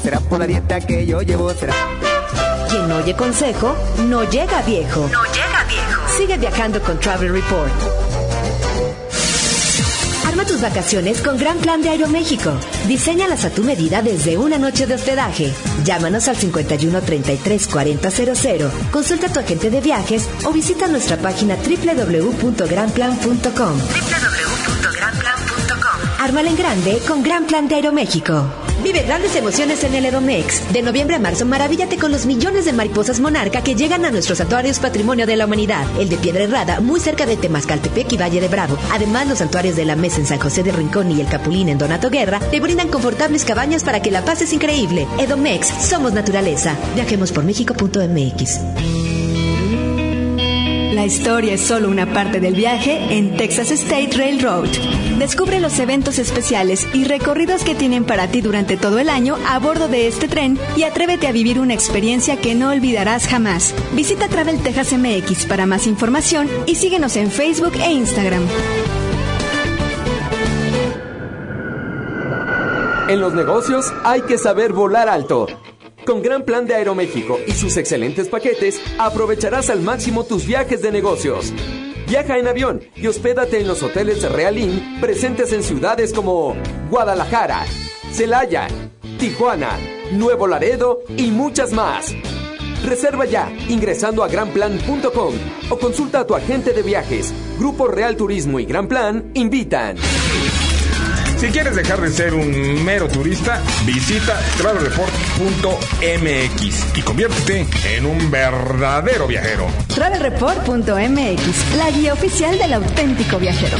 Speaker 11: Será por la dieta que yo llevo, será.
Speaker 2: Quien oye consejo, no llega viejo. No llega viejo. Sigue viajando con Travel Report. Arma tus vacaciones con Gran Plan de Aeroméxico. Diseñalas a tu medida desde una noche de hospedaje. Llámanos al 51 33 40 00, consulta a tu agente de viajes o visita nuestra página www.granplan.com. Ármala en grande con Gran Plan de Aeroméxico. Vive grandes emociones en el Edomex. De noviembre a marzo, maravíllate con los millones de mariposas monarca que llegan a nuestros santuarios Patrimonio de la Humanidad. El de Piedra Herrada, muy cerca de Temascaltepec y Valle de Bravo. Además, los santuarios de la Mesa en San José de Rincón y el Capulín en Donato Guerra te brindan confortables cabañas para que la pases increíble. Edomex, somos naturaleza. Viajemos por México.mx.
Speaker 10: La historia es solo una parte del viaje en Texas State Railroad. Descubre los eventos especiales y recorridos que tienen para ti durante todo el año a bordo de este tren y atrévete a vivir una experiencia que no olvidarás jamás. Visita Travel Texas MX para más información y síguenos en Facebook e Instagram.
Speaker 4: En los negocios hay que saber volar alto. Con Gran Plan de Aeroméxico y sus excelentes paquetes, aprovecharás al máximo tus viajes de negocios. Viaja en avión y hospédate en los hoteles de Real Inn presentes en ciudades como Guadalajara, Celaya, Tijuana, Nuevo Laredo y muchas más. Reserva ya ingresando a granplan.com o consulta a tu agente de viajes. Grupo Real Turismo y Gran Plan invitan.
Speaker 5: Si quieres dejar de ser un mero turista, visita travelreport.mx y conviértete en un verdadero viajero.
Speaker 10: Travelreport.mx, la guía oficial del auténtico viajero.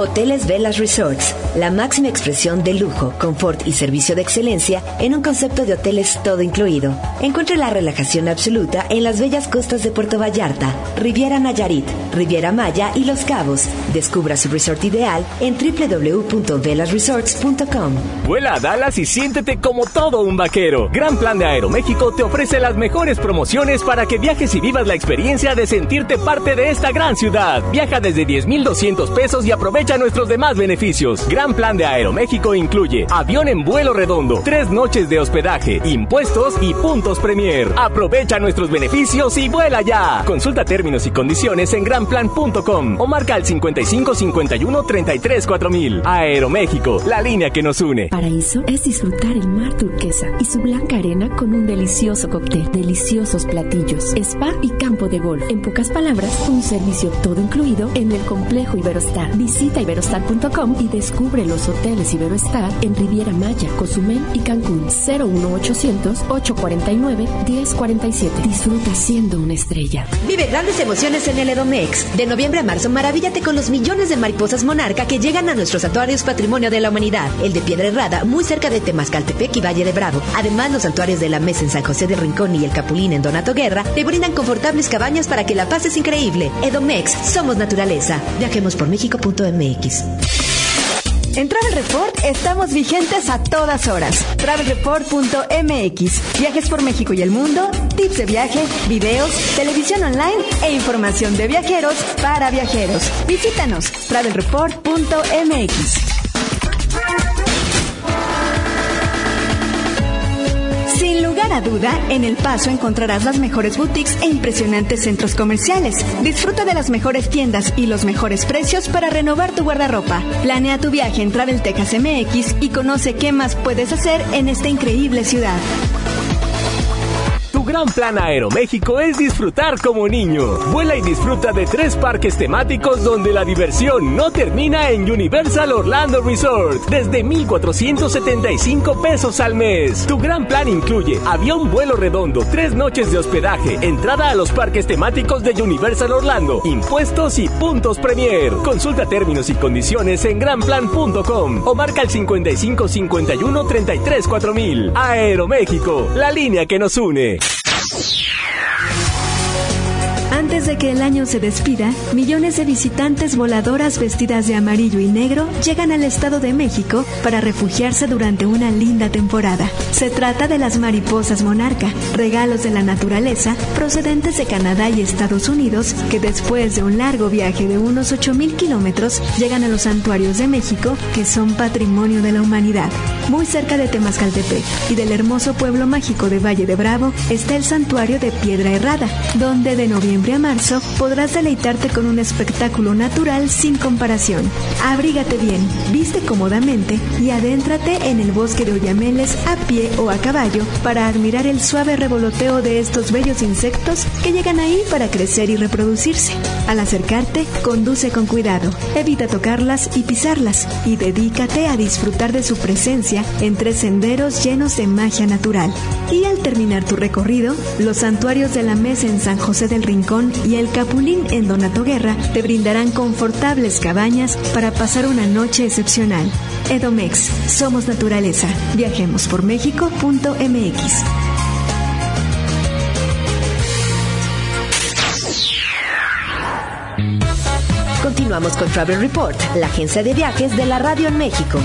Speaker 2: Hoteles Velas Resorts, la máxima expresión de lujo, confort y servicio de excelencia en un concepto de hoteles todo incluido. Encuentra la relajación absoluta en las bellas costas de Puerto Vallarta, Riviera Nayarit, Riviera Maya y Los Cabos. Descubra su resort ideal en www.velasresorts.com.
Speaker 4: Vuela a Dallas y siéntete como todo un vaquero. Gran Plan de Aeroméxico te ofrece las mejores promociones para que viajes y vivas la experiencia de sentirte parte de esta gran ciudad. Viaja desde 10,200 pesos y aprovecha nuestros demás beneficios. Gran Plan de Aeroméxico incluye avión en vuelo redondo, tres noches de hospedaje, impuestos y puntos Premier. Aprovecha nuestros beneficios y vuela ya. Consulta términos y condiciones en granplan.com o marca al 55 51 33 4000. Aeroméxico, la línea que nos une.
Speaker 10: Paraíso es disfrutar el mar turquesa y su blanca arena con un delicioso cóctel, deliciosos platillos, spa y campo de golf. En pocas palabras, un servicio todo incluido en el complejo Iberostar. Visita iberostar.com y descubre los hoteles Iberostar en Riviera Maya, Cozumel y Cancún. 01800 849 1047. Disfruta siendo una estrella.
Speaker 2: Vive grandes emociones en el Edomex. De noviembre a marzo, maravíllate con los millones de mariposas monarca que llegan a nuestros santuarios Patrimonio de la Humanidad. El de Piedra Herrada, muy cerca de Temascaltepec y Valle de Bravo. Además, los santuarios de la Mesa en San José de Rincón y el Capulín en Donato Guerra te brindan confortables cabañas para que la pases increíble. Edomex, somos naturaleza. Viajemos por México.mx.
Speaker 10: En Travel Report estamos vigentes a todas horas. Travelreport.mx, viajes por México y el mundo, tips de viaje, videos, televisión online e información de viajeros para viajeros. Visítanos travelreport.mx. Sin
Speaker 8: Sin lugar a duda, en El Paso encontrarás las mejores boutiques e impresionantes centros comerciales. Disfruta de las mejores tiendas y los mejores precios para renovar tu guardarropa. Planea tu viaje en Travel Texas MX y conoce qué más puedes hacer en esta increíble ciudad.
Speaker 4: Tu gran plan Aeroméxico es disfrutar como niño. Vuela y disfruta de tres parques temáticos donde la diversión no termina en Universal Orlando Resort desde 1.475 pesos al mes. Tu gran plan incluye avión vuelo redondo, tres noches de hospedaje, entrada a los parques temáticos de Universal Orlando, impuestos y puntos Premier. Consulta términos y condiciones en granplan.com o marca el 55 51 33 4000. Aeroméxico, la línea que nos une.
Speaker 8: Antes de que el año se despida, millones de visitantes voladoras vestidas de amarillo y negro llegan al Estado de México para refugiarse durante una linda temporada. Se trata de las mariposas monarca, regalos de la naturaleza procedentes de Canadá y Estados Unidos que después de un largo viaje de unos 8.000 kilómetros llegan a los santuarios de México que son patrimonio de la humanidad. Muy cerca de Temazcaltepec y del hermoso pueblo mágico de Valle de Bravo está el santuario de Piedra Herrada, donde de noviembre a marzo podrás deleitarte con un espectáculo natural sin comparación. Abrígate bien, viste cómodamente y adéntrate en el bosque de Oyameles a pie o a caballo para admirar el suave revoloteo de estos bellos insectos que llegan ahí para crecer y reproducirse. Al acercarte, conduce con cuidado, evita tocarlas y pisarlas y dedícate a disfrutar de su presencia entre senderos llenos de magia natural. Y al terminar tu recorrido, los santuarios de la mesa en San José del Rincón y el Capulín en Donato Guerra te brindarán confortables cabañas para pasar una noche excepcional. Edomex, somos naturaleza. Viajemos por México.mx.
Speaker 12: Continuamos con Travel Report, la agencia de viajes de la radio en México.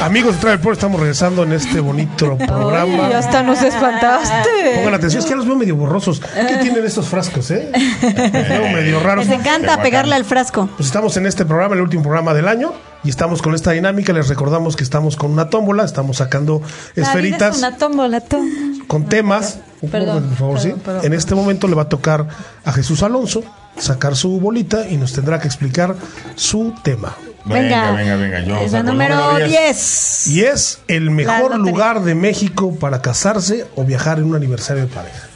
Speaker 7: Amigos de Travel Port, estamos regresando en este bonito programa.
Speaker 6: Uy, ya hasta nos espantaste.
Speaker 7: Pongan atención, es que ya los veo medio borrosos. ¿Qué tienen estos frascos, eh? Los veo medio raros.
Speaker 13: Les encanta pegarle al frasco.
Speaker 7: Pues estamos en este programa, el último programa del año. Y estamos con esta dinámica, les recordamos que estamos con una tómbola, estamos sacando
Speaker 6: La vida
Speaker 7: esferitas
Speaker 6: es una tómbola, tú.
Speaker 7: con temas. Un poco,
Speaker 6: Ah, Perdón,
Speaker 7: por favor,
Speaker 6: perdón,
Speaker 7: sí.
Speaker 6: perdón.
Speaker 7: En este momento le va a tocar a Jesús Alonso sacar su bolita y nos tendrá que explicar su tema.
Speaker 5: Venga,
Speaker 13: Venga.
Speaker 5: venga, venga. Yo
Speaker 13: Es
Speaker 5: saco
Speaker 13: la
Speaker 5: el
Speaker 13: número 10.
Speaker 7: Y es el mejor
Speaker 13: lotería.
Speaker 7: lugar de México para casarse o viajar en un aniversario de pareja.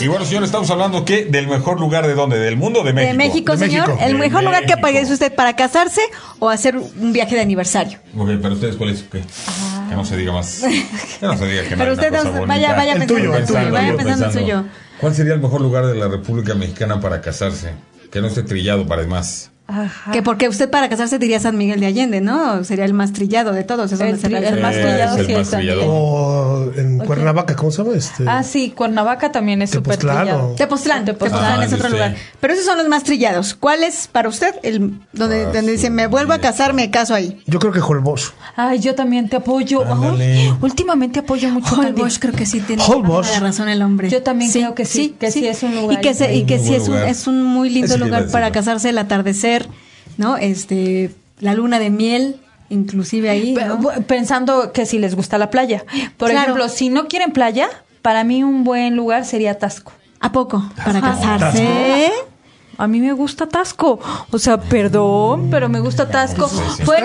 Speaker 5: Y bueno, señor, estamos hablando que del mejor lugar de dónde? ¿Del mundo o de México?
Speaker 13: De México, señor. El
Speaker 5: De
Speaker 13: mejor lugar que
Speaker 5: México.
Speaker 13: aparece usted para casarse o hacer un viaje de aniversario.
Speaker 5: Ok, pero ustedes, ¿cuál es? ¿Qué? Que no se diga más. Que no se diga que no
Speaker 13: Pero
Speaker 5: hay
Speaker 13: usted
Speaker 5: una cosa
Speaker 13: no-
Speaker 5: bonita.
Speaker 13: vaya- vaya El pensando, tuyo, el tuyo, vaya
Speaker 5: yo
Speaker 13: pensando el suyo.
Speaker 5: ¿Cuál sería el mejor lugar de la República Mexicana para casarse? Que no esté trillado para demás.
Speaker 6: Ah.
Speaker 13: Que porque usted para casarse diría San Miguel de Allende, ¿no? Sería el más trillado de todos. Es donde
Speaker 6: El
Speaker 13: se
Speaker 6: tri-
Speaker 13: realiza.
Speaker 6: el más
Speaker 5: Eh,
Speaker 6: trillado
Speaker 5: es el
Speaker 6: sí
Speaker 5: más
Speaker 6: es San
Speaker 5: trillado.
Speaker 6: Miguel.
Speaker 7: O en Cuernavaca, ¿cómo se llama? Este,
Speaker 6: Ah, sí, Cuernavaca también es súper
Speaker 7: Tepoztlán,
Speaker 6: trillado.
Speaker 7: ¿o?
Speaker 13: Tepoztlán, Tepoztlán
Speaker 5: Ah,
Speaker 13: es pues, otro
Speaker 5: sí, sí.
Speaker 13: lugar. Pero esos son los más trillados. ¿Cuál es para usted el donde,
Speaker 5: Ah,
Speaker 13: donde dice
Speaker 5: sí.
Speaker 13: me vuelvo a casar, me caso ahí?
Speaker 7: Yo creo que Holbox.
Speaker 6: Ay, yo también te apoyo.
Speaker 5: Ándale.
Speaker 6: Ay, últimamente apoyo mucho
Speaker 13: Holbox,
Speaker 6: también.
Speaker 13: creo que sí tiene
Speaker 7: Holbox.
Speaker 13: toda la razón el hombre.
Speaker 6: Yo también creo que sí, que sí es un lugar
Speaker 13: Y que, se- y
Speaker 5: increíble.
Speaker 13: que
Speaker 5: Muy
Speaker 13: sí
Speaker 5: buen
Speaker 13: es un,
Speaker 5: lugar.
Speaker 13: es un muy lindo
Speaker 5: Ese sí
Speaker 13: lugar
Speaker 5: debe
Speaker 13: para
Speaker 5: ser.
Speaker 13: casarse, el atardecer, ¿no? Este, la luna de miel, inclusive ahí.
Speaker 6: Pe-
Speaker 13: ¿no?
Speaker 6: bu- Pensando que si les gusta la playa. Por
Speaker 13: Claro.
Speaker 6: ejemplo, si no quieren playa, para mí un buen lugar sería Tasco.
Speaker 13: ¿A poco? Para
Speaker 6: Ajá.
Speaker 13: casarse.
Speaker 6: A mí me gusta Tasco. O sea, perdón, pero me gusta Tasco. Pueden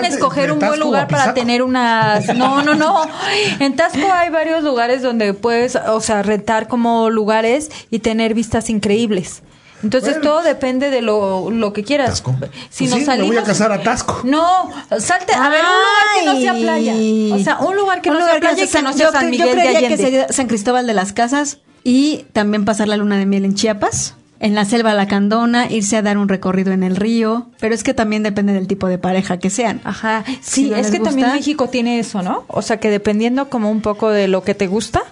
Speaker 7: ¿Estás de-
Speaker 6: escoger
Speaker 7: de
Speaker 6: un buen
Speaker 7: Tasco
Speaker 6: lugar
Speaker 7: a
Speaker 6: para
Speaker 7: Pisaco?
Speaker 6: tener unas. No, no, no. En Tasco hay varios lugares donde puedes, o sea, rentar como lugares y tener vistas increíbles. Entonces
Speaker 7: Bueno.
Speaker 6: todo depende de lo, lo que quieras.
Speaker 5: Tasco.
Speaker 6: Si
Speaker 7: Pues
Speaker 6: nos
Speaker 7: sí, me voy
Speaker 6: salimos,
Speaker 7: a casar a Tasco.
Speaker 6: No, salte a ver un lugar que no sea
Speaker 13: Ay.
Speaker 6: playa. O sea, un lugar que no sea playa y que no sea
Speaker 13: yo,
Speaker 6: San
Speaker 13: cre- yo
Speaker 6: Miguel de
Speaker 13: creería que
Speaker 6: Allende.
Speaker 13: sería San Cristóbal de las Casas y también pasar la luna de miel en Chiapas, en la selva lacandona, irse a dar un recorrido en el río, pero es que también depende del tipo de pareja que sean.
Speaker 6: Ajá,
Speaker 13: Si
Speaker 6: sí,
Speaker 13: no les
Speaker 6: es que también
Speaker 13: gusta.
Speaker 6: México tiene eso, ¿no? O sea, que dependiendo como un poco de lo que te gusta,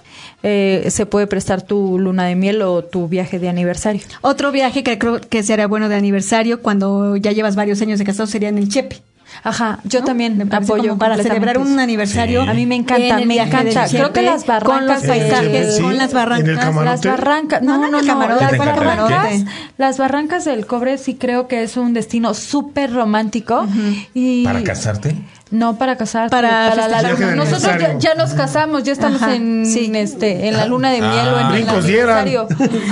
Speaker 6: eh, se puede prestar tu luna de miel o tu viaje de aniversario.
Speaker 13: Otro viaje que creo que sería bueno de aniversario cuando ya llevas varios años de casado sería en el Chepe.
Speaker 6: Ajá, yo también
Speaker 8: Me parece
Speaker 6: apoyo
Speaker 8: como para celebrar un aniversario.
Speaker 6: A mí me encanta,
Speaker 8: en el
Speaker 6: me
Speaker 8: viaje
Speaker 6: encanta.
Speaker 8: del
Speaker 6: Creo que
Speaker 8: Chepe,
Speaker 6: las barrancas,
Speaker 8: con los paisajes,
Speaker 6: paisajes,
Speaker 8: con las barrancas,
Speaker 6: las barrancas, no, no, no,
Speaker 8: el camarote,
Speaker 6: las
Speaker 8: en el
Speaker 6: barrancas,
Speaker 8: camarote.
Speaker 6: las barrancas del cobre sí creo que es un destino súper romántico y
Speaker 5: ¿Para casarte?
Speaker 6: no para casarte,
Speaker 8: Para
Speaker 6: para, la
Speaker 8: festejar.
Speaker 6: luna.
Speaker 8: Viaje de
Speaker 6: Nosotros ya,
Speaker 8: aniversario.
Speaker 6: ya nos casamos, ya estamos
Speaker 8: Ajá,
Speaker 6: en este en la luna de
Speaker 8: Ah.
Speaker 6: miel o en
Speaker 8: Brincos
Speaker 6: el
Speaker 8: dieran.
Speaker 6: aniversario.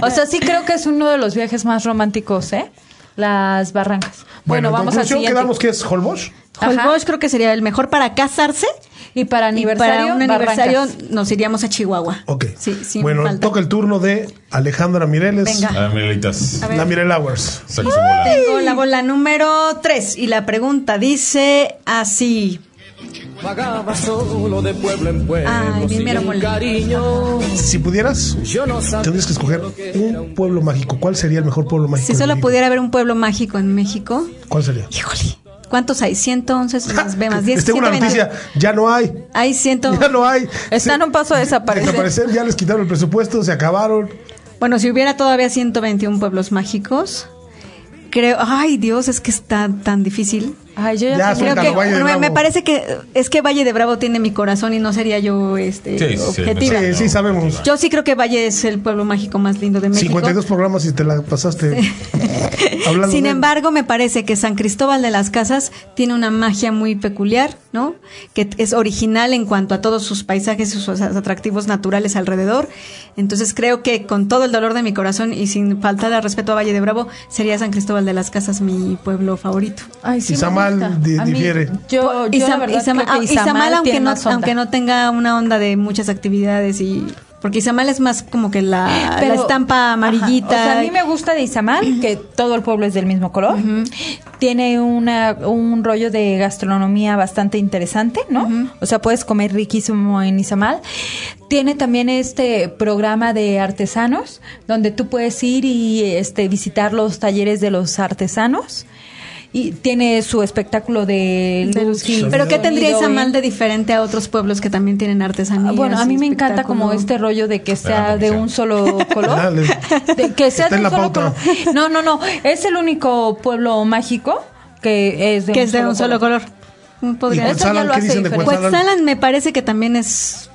Speaker 6: o sea, sí creo que es uno de los viajes más románticos, ¿eh? Las barrancas. Bueno,
Speaker 8: en
Speaker 6: vamos al
Speaker 8: conclusión,
Speaker 6: siguiente.
Speaker 8: quedamos
Speaker 7: que es Holbox.
Speaker 8: Holbox creo que sería el mejor para casarse
Speaker 6: y para
Speaker 8: para
Speaker 6: aniversario,
Speaker 8: un aniversario
Speaker 6: barrancas.
Speaker 8: nos iríamos a Chihuahua.
Speaker 7: Ok.
Speaker 8: Sí, sin
Speaker 7: bueno,
Speaker 8: falta.
Speaker 7: toca el turno de Alejandra Mireles.
Speaker 8: Venga.
Speaker 5: Ah, Mirelitas.
Speaker 7: La Mirel Hours.
Speaker 8: Tengo la bola número 3 y la pregunta dice así.
Speaker 13: Vagaba solo de pueblo en pueblo.
Speaker 8: Ay, mi mero mole.
Speaker 13: cariño.
Speaker 7: Si pudieras, tendrías que escoger un pueblo mágico. ¿Cuál sería el mejor pueblo mágico?
Speaker 8: Si
Speaker 7: de
Speaker 8: solo
Speaker 7: México?
Speaker 8: pudiera haber un pueblo mágico en México,
Speaker 7: ¿Cuál sería?
Speaker 8: ¿cuántos hay? 111 más B más 10.
Speaker 7: Les tengo una
Speaker 8: 120.
Speaker 7: noticia. Ya no hay.
Speaker 8: Hay 100.
Speaker 7: Ya no hay.
Speaker 8: Están a un paso de desaparecer.
Speaker 7: Desaparecer, ya les quitaron el presupuesto, se acabaron.
Speaker 8: Bueno, si hubiera todavía 121 pueblos mágicos, creo. Ay, Dios, es que está tan difícil.
Speaker 6: Ay, yo
Speaker 5: ya Ya, sé.
Speaker 8: creo
Speaker 5: suéltalo,
Speaker 8: que
Speaker 5: Valle de
Speaker 8: me,
Speaker 5: Bravo.
Speaker 8: me parece que es que Valle de Bravo tiene mi corazón y no sería yo este
Speaker 7: Sí, sí,
Speaker 8: objetiva.
Speaker 7: sí, sí, sabemos.
Speaker 8: Yo sí creo que Valle es el pueblo mágico más lindo de México.
Speaker 7: 52 programas y te la pasaste hablando.
Speaker 8: Sin
Speaker 7: de-
Speaker 8: embargo, me parece que San Cristóbal de las Casas tiene una magia muy peculiar, ¿no? Que es original en cuanto a todos sus paisajes y sus atractivos naturales alrededor. Entonces creo que con todo el dolor de mi corazón y sin falta de respeto a Valle de Bravo, sería San Cristóbal de las Casas mi pueblo favorito.
Speaker 6: Ay,
Speaker 7: sí me Izamal gusta. di- A mí- difiere.
Speaker 6: Yo, yo la
Speaker 8: Izam-
Speaker 6: verdad
Speaker 8: Izamal-
Speaker 6: creo que
Speaker 8: ah,
Speaker 6: Izamal
Speaker 8: Izamal, aunque
Speaker 6: tiene
Speaker 8: no,
Speaker 6: más onda.
Speaker 8: aunque no tenga una onda de muchas actividades y... Porque Izamal es más como que la,
Speaker 6: Pero-
Speaker 8: la estampa amarillita.
Speaker 6: Ajá. O sea, a mí me gusta de Izamal, que todo el pueblo es del mismo color. Tiene una, un rollo de gastronomía bastante interesante, ¿no? O sea, puedes comer riquísimo en Izamal. Tiene también este programa de artesanos, donde tú puedes ir y este, visitar los talleres de los artesanos. Y tiene su espectáculo de, luz y
Speaker 8: Pero ¿qué tendría
Speaker 6: sonido
Speaker 8: Izamal
Speaker 6: y-
Speaker 8: de diferente a otros pueblos que también tienen artesanía?
Speaker 6: Ah, Bueno, a mí me encanta como este rollo de que sea de un solo color.
Speaker 8: Dale.
Speaker 6: De que sea
Speaker 8: Está en
Speaker 6: de un
Speaker 8: la
Speaker 6: solo
Speaker 8: pauta.
Speaker 6: color. No, no, no. Es el único pueblo mágico que es este de,
Speaker 8: Que es de un solo color. Mm,
Speaker 6: ¿Y Eso ya Cuetzalan? lo ¿Qué hace dicen de diferente. Cuetzalan?
Speaker 8: Cuetzalan me parece que también es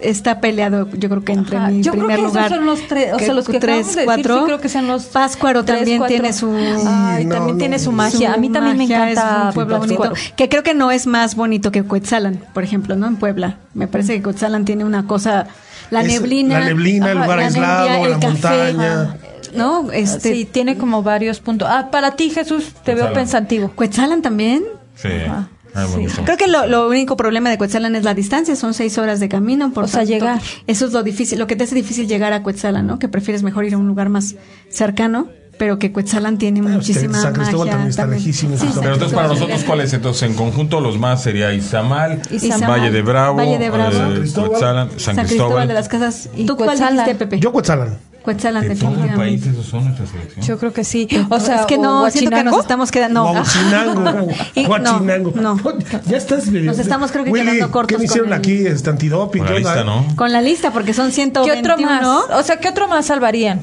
Speaker 8: está peleado, yo creo que entre mi
Speaker 6: Yo creo
Speaker 8: primer
Speaker 6: que esos
Speaker 8: lugar.
Speaker 6: son los tres, o sea, los que acabamos de decir, sí creo que sean los
Speaker 8: Páscuaro
Speaker 6: tres,
Speaker 8: también
Speaker 6: cuatro.
Speaker 8: tiene su
Speaker 6: Ay, Sí, no, también no. tiene su magia. A mí también me
Speaker 8: magia,
Speaker 6: encanta
Speaker 8: es un pueblo bonito,
Speaker 6: Pátzcuaro.
Speaker 8: que creo que no es más bonito que Cuetzalan, por ejemplo, ¿no? En Puebla. Me parece que Cuetzalan tiene una cosa la
Speaker 7: Es-
Speaker 8: neblina,
Speaker 7: la neblina, el
Speaker 8: ajá,
Speaker 7: lugar
Speaker 8: la
Speaker 7: aislado,
Speaker 8: neblina, el
Speaker 7: la
Speaker 8: café,
Speaker 7: montaña.
Speaker 8: ajá. ¿no? Este
Speaker 6: Sí, tiene como varios puntos. Ah, para ti, Jesús, te veo
Speaker 8: Cuetzalan.
Speaker 6: pensativo.
Speaker 8: ¿Cuetzalan también?
Speaker 5: Sí. Ah, me gustó.
Speaker 8: Creo que lo, lo único problema de Cuetzalan es la distancia, son seis horas de camino. Por
Speaker 6: O sea, llegar.
Speaker 8: Eso es lo difícil, lo que te hace difícil llegar a Cuetzalan, ¿no? Que prefieres mejor ir a un lugar más cercano, pero que Cuetzalan
Speaker 7: Ah,
Speaker 8: tiene muchísima
Speaker 5: San Cristóbal
Speaker 8: magia.
Speaker 5: también
Speaker 7: está lejísimo.
Speaker 8: Sí,
Speaker 5: Pero entonces para nosotros, ¿cuáles? Entonces, en conjunto, los más sería Izamal,
Speaker 8: Izamal,
Speaker 5: Valle de Bravo,
Speaker 8: Valle de Bravo,
Speaker 5: eh,
Speaker 8: San Cristóbal,
Speaker 5: Cuetzalan, San, Cristóbal.
Speaker 8: de las Casas. ¿Tú cuál
Speaker 6: Cuetzalan.
Speaker 8: dijiste, Pepe?
Speaker 7: Yo Cuetzalan.
Speaker 8: Cuetzalan,
Speaker 5: De todo el
Speaker 8: definitivamente.
Speaker 5: país, esos son nuestras elecciones.
Speaker 6: Yo creo que sí. O sea,
Speaker 8: es que
Speaker 6: o
Speaker 8: no, siento que nos
Speaker 6: Huachinango.
Speaker 8: estamos quedando. No.
Speaker 7: Huachinango.
Speaker 8: Y- no,
Speaker 7: Huachinango.
Speaker 8: no.
Speaker 7: Ya estás.
Speaker 8: Nos estamos, creo que,
Speaker 7: Willy,
Speaker 8: quedando cortos
Speaker 7: ¿Qué me hicieron
Speaker 8: con el-
Speaker 7: aquí? Este antidoping.
Speaker 5: Con la
Speaker 7: ¿qué onda?
Speaker 5: lista, ¿no?
Speaker 13: eh.
Speaker 8: Con la lista, porque son 121.
Speaker 6: ¿Qué otro más? O sea, ¿qué otro más salvarían?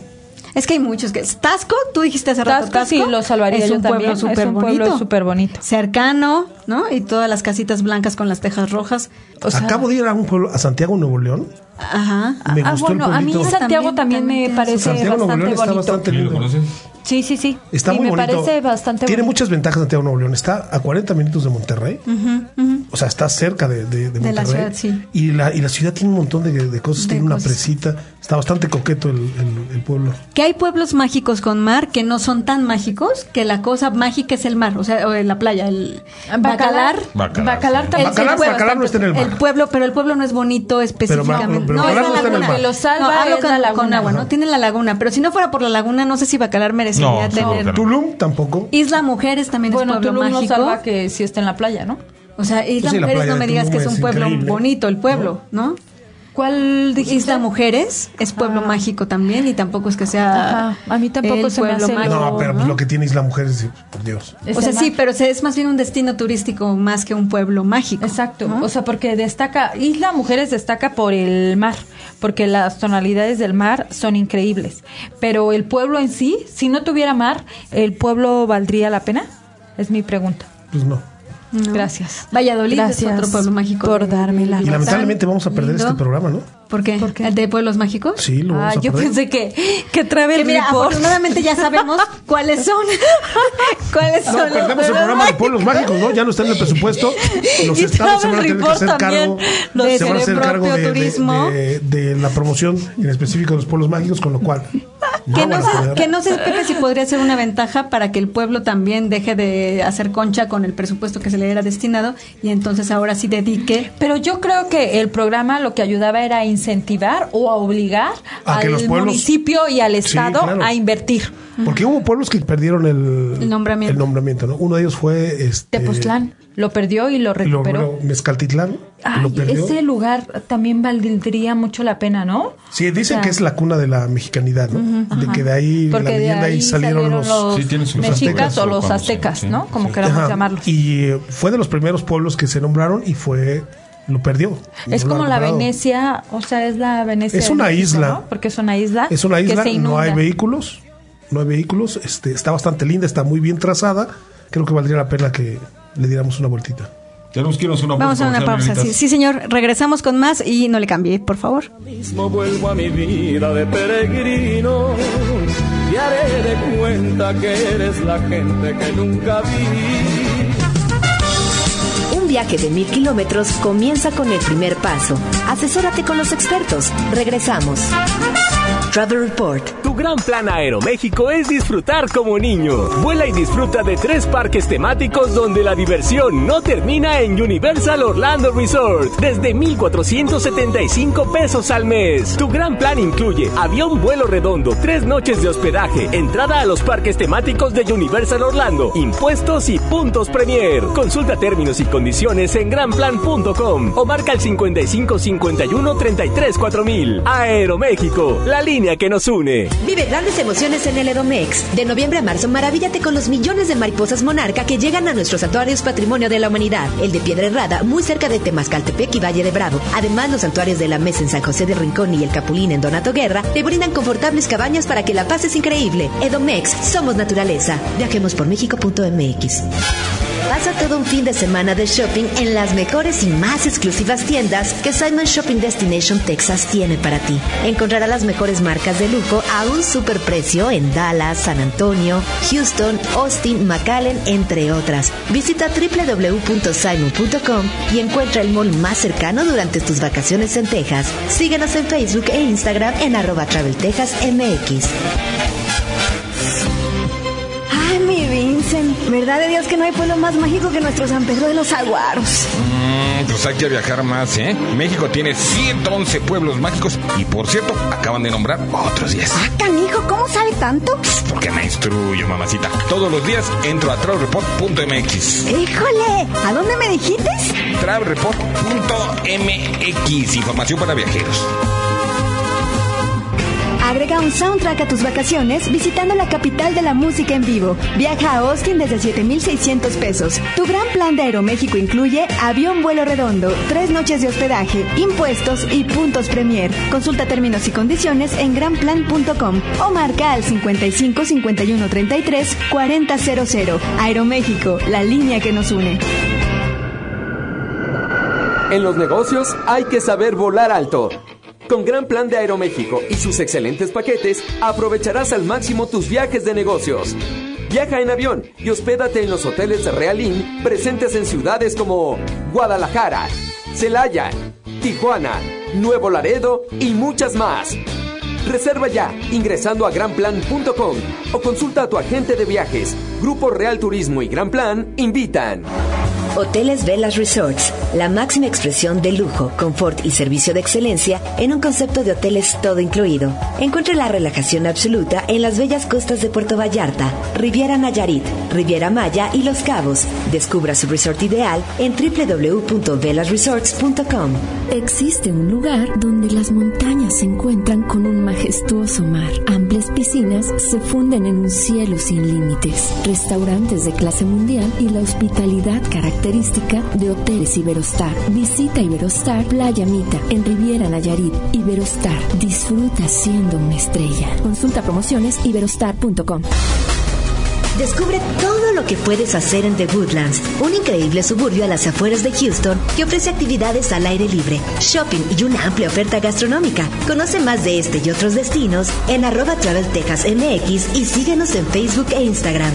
Speaker 8: Es que hay muchos. Que... Tasco, tú dijiste hace rato.
Speaker 6: Tasco, sí, lo salvaría
Speaker 8: es
Speaker 6: yo
Speaker 8: un Pueblo
Speaker 6: también. Es
Speaker 8: súper
Speaker 6: un
Speaker 8: bonito.
Speaker 6: pueblo súper bonito.
Speaker 8: Cercano, ¿no? Y todas las casitas blancas con las tejas rojas. O sea,
Speaker 7: Acabo de ir a un pueblo, a Santiago, Nuevo León.
Speaker 8: Ajá.
Speaker 7: Me
Speaker 6: ah,
Speaker 7: gustó el
Speaker 6: bueno, a mí
Speaker 7: pueblito.
Speaker 6: Santiago también, me parece
Speaker 7: Santiago, Nuevo
Speaker 6: bastante
Speaker 7: León está
Speaker 6: bonito.
Speaker 7: bastante lindo.
Speaker 6: Sí, sí, sí.
Speaker 7: Está
Speaker 6: y
Speaker 7: muy
Speaker 6: me
Speaker 7: bonito.
Speaker 6: parece bastante
Speaker 7: Tiene
Speaker 6: bonito.
Speaker 7: muchas ventajas Santiago, Nuevo León. Está a 40 minutos de Monterrey.
Speaker 6: Ujú, ujú.
Speaker 7: O sea, está cerca de, de, de
Speaker 6: De la
Speaker 7: Monterrey.
Speaker 6: ciudad, sí.
Speaker 7: y, la, y la ciudad tiene un montón de, de cosas.
Speaker 8: De
Speaker 7: tiene una
Speaker 8: cosas.
Speaker 7: presita. Está bastante coqueto el, el- el pueblo.
Speaker 8: Que hay pueblos mágicos con mar que no son tan mágicos, que la cosa mágica es el mar, o sea, o la playa, el bacalar.
Speaker 7: Bacalar.
Speaker 6: Bacalar también.
Speaker 8: El- el
Speaker 7: Bacalar,
Speaker 8: pueblo-
Speaker 7: Bacalar no está en el mar.
Speaker 8: El pueblo, pero el pueblo no es bonito específicamente.
Speaker 7: Pero ma- pero
Speaker 8: no,
Speaker 7: Bacalar
Speaker 8: es
Speaker 7: no
Speaker 8: la
Speaker 7: está en el
Speaker 8: laguna.
Speaker 7: mar. Lo
Speaker 6: salva
Speaker 8: No, hablo
Speaker 6: es
Speaker 8: con,
Speaker 6: la
Speaker 8: con
Speaker 6: laguna.
Speaker 8: agua, ¿no? Tiene la laguna, pero si no fuera por la laguna, no sé si Bacalar merecería tener.
Speaker 7: Tulum tampoco.
Speaker 8: Isla Mujeres también
Speaker 6: Bueno,
Speaker 8: es pueblo
Speaker 6: Tulum no
Speaker 8: mágico.
Speaker 6: salva que si está en la playa, ¿no?
Speaker 8: O sea, Isla
Speaker 6: Pues sí, la
Speaker 8: Mujeres
Speaker 6: playa
Speaker 8: no
Speaker 6: de
Speaker 8: me digas que
Speaker 6: Tulum
Speaker 8: es un
Speaker 6: es
Speaker 8: pueblo
Speaker 6: increíble.
Speaker 8: bonito, el pueblo, ¿no?
Speaker 6: ¿Cuál dijiste?
Speaker 8: Isla Mujeres es pueblo mágico también y tampoco es que sea.
Speaker 6: Ah. Ajá, a mí tampoco
Speaker 8: el
Speaker 6: se me
Speaker 8: pueblo
Speaker 6: hace lo-
Speaker 8: mágico,
Speaker 7: No, pero pues, lo que tiene Isla Mujeres, sí, por Dios.
Speaker 8: O sea, sí, pero se- es más bien un destino turístico más que un pueblo mágico.
Speaker 6: Exacto. O sea, porque destaca, Isla Mujeres destaca por el mar, porque las tonalidades del mar son increíbles. Pero el pueblo en sí, si no tuviera mar, ¿el pueblo valdría la pena? Es mi pregunta.
Speaker 7: Pues no.
Speaker 8: No.
Speaker 6: Gracias.
Speaker 8: Valladolid
Speaker 6: Gracias
Speaker 8: es otro pueblo mágico.
Speaker 6: por darme la
Speaker 7: Y lamentablemente vamos a perder este programa, ¿no?
Speaker 8: ¿Por qué? ¿El de pueblos mágicos?
Speaker 7: Sí, lo vamos
Speaker 8: Ah,
Speaker 7: a
Speaker 8: yo
Speaker 7: perder.
Speaker 8: pensé que que travel
Speaker 6: Que mira,
Speaker 8: report.
Speaker 6: afortunadamente
Speaker 8: ya sabemos cuáles son. cuáles
Speaker 7: No, perdemos el programa de pueblos mágicos, ¿no? Ya no está en el presupuesto. Los
Speaker 8: Y
Speaker 7: estados se van a
Speaker 8: Travel
Speaker 7: tener que hacer
Speaker 8: Report
Speaker 7: cargo,
Speaker 8: también, los
Speaker 7: se van a hacer
Speaker 8: de
Speaker 7: cargo de,
Speaker 8: propio
Speaker 7: de-
Speaker 8: turismo.
Speaker 7: de- de la promoción en específico de los pueblos mágicos, con lo cual no
Speaker 8: Que no,
Speaker 7: van a
Speaker 8: sé,
Speaker 7: poder.
Speaker 8: que no sé, Pepe, si podría ser una ventaja para que el pueblo también deje de hacer concha con el presupuesto que se le era destinado y entonces ahora sí dedique.
Speaker 6: Pero yo creo que el programa lo que ayudaba era a incentivar o a obligar
Speaker 7: A que
Speaker 6: al
Speaker 7: los pueblos-
Speaker 6: municipio y al
Speaker 7: Sí,
Speaker 6: Estado
Speaker 7: claro.
Speaker 6: a invertir.
Speaker 7: Porque hubo pueblos que perdieron el,
Speaker 6: El nombramiento.
Speaker 7: el nombramiento, ¿no? Uno de ellos fue este,
Speaker 6: Tepoztlán lo perdió y lo
Speaker 7: lo-
Speaker 6: recuperó.
Speaker 7: bueno, Mezcaltitlán.
Speaker 6: Ay,
Speaker 7: lo perdió.
Speaker 6: ese lugar también valdría mucho la pena, ¿no?
Speaker 7: Sí, dicen
Speaker 6: O sea,
Speaker 7: que es la cuna de la mexicanidad, ¿no?
Speaker 6: Ujú.
Speaker 7: de
Speaker 6: Ajá.
Speaker 7: que de ahí
Speaker 6: Porque
Speaker 7: la
Speaker 6: de
Speaker 7: leyenda
Speaker 6: ahí
Speaker 7: y salieron,
Speaker 6: salieron los Sí, tiene sus mexicas aztecas, o los vamos, aztecas, sí, ¿no? sí. Como queramos llamarlos.
Speaker 7: Y eh, fue de los primeros pueblos que se nombraron y fue lo perdió.
Speaker 6: Es
Speaker 7: No lo
Speaker 6: como
Speaker 7: han
Speaker 6: la
Speaker 7: nombrado.
Speaker 6: Venecia, o sea, es la Venecia.
Speaker 7: Es
Speaker 6: de
Speaker 7: una
Speaker 6: México,
Speaker 7: isla.
Speaker 6: ¿no? Porque es una isla.
Speaker 7: Es una
Speaker 6: que
Speaker 7: isla,
Speaker 6: se
Speaker 7: no hay
Speaker 6: inunda.
Speaker 7: vehículos, no hay vehículos, este, está bastante linda, está muy bien trazada. Creo que valdría la pena que le diéramos una vueltita.
Speaker 5: Tenemos que irnos una
Speaker 8: Vamos a una pausa. Sí, sí, señor, regresamos con más y no le cambie, por favor.
Speaker 13: mismo vuelvo a mi vida de peregrino y haré de cuenta que eres la gente que nunca vi.
Speaker 2: Un viaje de mil kilómetros comienza con el primer paso. Asesórate con los expertos. Regresamos. Travel Report.
Speaker 4: Tu gran plan Aeroméxico es disfrutar como niño. Vuela y disfruta de tres parques temáticos donde la diversión no termina en Universal Orlando Resort desde 1.475 pesos al mes. Tu gran plan incluye avión vuelo redondo, tres noches de hospedaje, entrada a los parques temáticos de Universal Orlando, impuestos y puntos Premier. Consulta términos y condiciones en granplan.com o marca el 55 51 33 4000. Aeroméxico, la línea que nos une.
Speaker 2: Vive grandes emociones en el Edomex. De noviembre a marzo, maravíllate con los millones de mariposas monarca que llegan a nuestros santuarios patrimonio de la humanidad. El de Piedra Herrada, muy cerca de Temascaltepec y Valle de Bravo. Además, los santuarios de la Mesa en San José de Rincón y el Capulín en Donato Guerra te brindan confortables cabañas para que la pases increíble. Edomex, somos naturaleza. Viajemos por México.mx. Pasa todo un fin de semana de shopping en las mejores y más exclusivas tiendas que Simon Shopping Destination Texas tiene para ti. Encontrará las mejores marcas de lujo a un superprecio en Dallas, San Antonio, Houston, Austin, McAllen, entre otras. Visita www.simon.com y encuentra el mall más cercano durante tus vacaciones en Texas. Síguenos en Facebook e Instagram en arroba traveltexasmx.
Speaker 14: Ay, mi Vincent, verdad de Dios que no hay pueblo más mágico que nuestro San Pedro de los Aguaros.
Speaker 5: Mm, pues hay que viajar más, ¿eh? México tiene 111 pueblos mágicos y, por cierto, acaban de nombrar otros 10.
Speaker 8: Ah,
Speaker 14: Canijo, ¿cómo sabe tanto?
Speaker 5: Porque me instruyo, mamacita. Todos los días entro a travelreport.mx.
Speaker 14: Híjole, ¿a dónde me dijiste?
Speaker 5: Travelreport.mx, información para viajeros.
Speaker 14: Agrega un soundtrack a tus vacaciones visitando la capital de la música en vivo. Viaja a Austin desde 7,600 pesos. Tu gran plan de Aeroméxico incluye avión vuelo redondo, tres noches de hospedaje, impuestos y puntos Premier. Consulta términos y condiciones en granplan.com o marca al 55 51 33 4000. Aeroméxico, la línea que nos une.
Speaker 15: En los negocios hay que saber volar alto. Con Gran Plan de Aeroméxico y sus excelentes paquetes, aprovecharás al máximo tus viajes de negocios. Viaja en avión y hospédate en los hoteles de Real Inn presentes en ciudades como Guadalajara, Celaya, Tijuana, Nuevo Laredo y muchas más. Reserva ya ingresando a granplan.com o consulta a tu agente de viajes. Grupo Real Turismo y Gran Plan invitan.
Speaker 2: Hoteles Velas Resorts, la máxima expresión de lujo, confort y servicio de excelencia en un concepto de hoteles todo incluido. Encuentre la relajación absoluta en las bellas costas de Puerto Vallarta, Riviera Nayarit, Riviera Maya y Los Cabos. Descubra su resort ideal en www.velasresorts.com.
Speaker 10: Existe un lugar donde las montañas se encuentran con un majestuoso mar. Amplias piscinas se funden en un cielo sin límites. Restaurantes de clase mundial y la hospitalidad característica de hoteles Iberostar. Visita Iberostar Playa Mita en Riviera Nayarit. Iberostar. Disfruta siendo una estrella. Consulta promociones iberostar.com.
Speaker 2: Descubre todo lo que puedes hacer en The Woodlands, un increíble suburbio a las afueras de Houston que ofrece actividades al aire libre, shopping y una amplia oferta gastronómica. Conoce más de este y otros destinos en arroba Travel Texas MX y síguenos en Facebook e Instagram.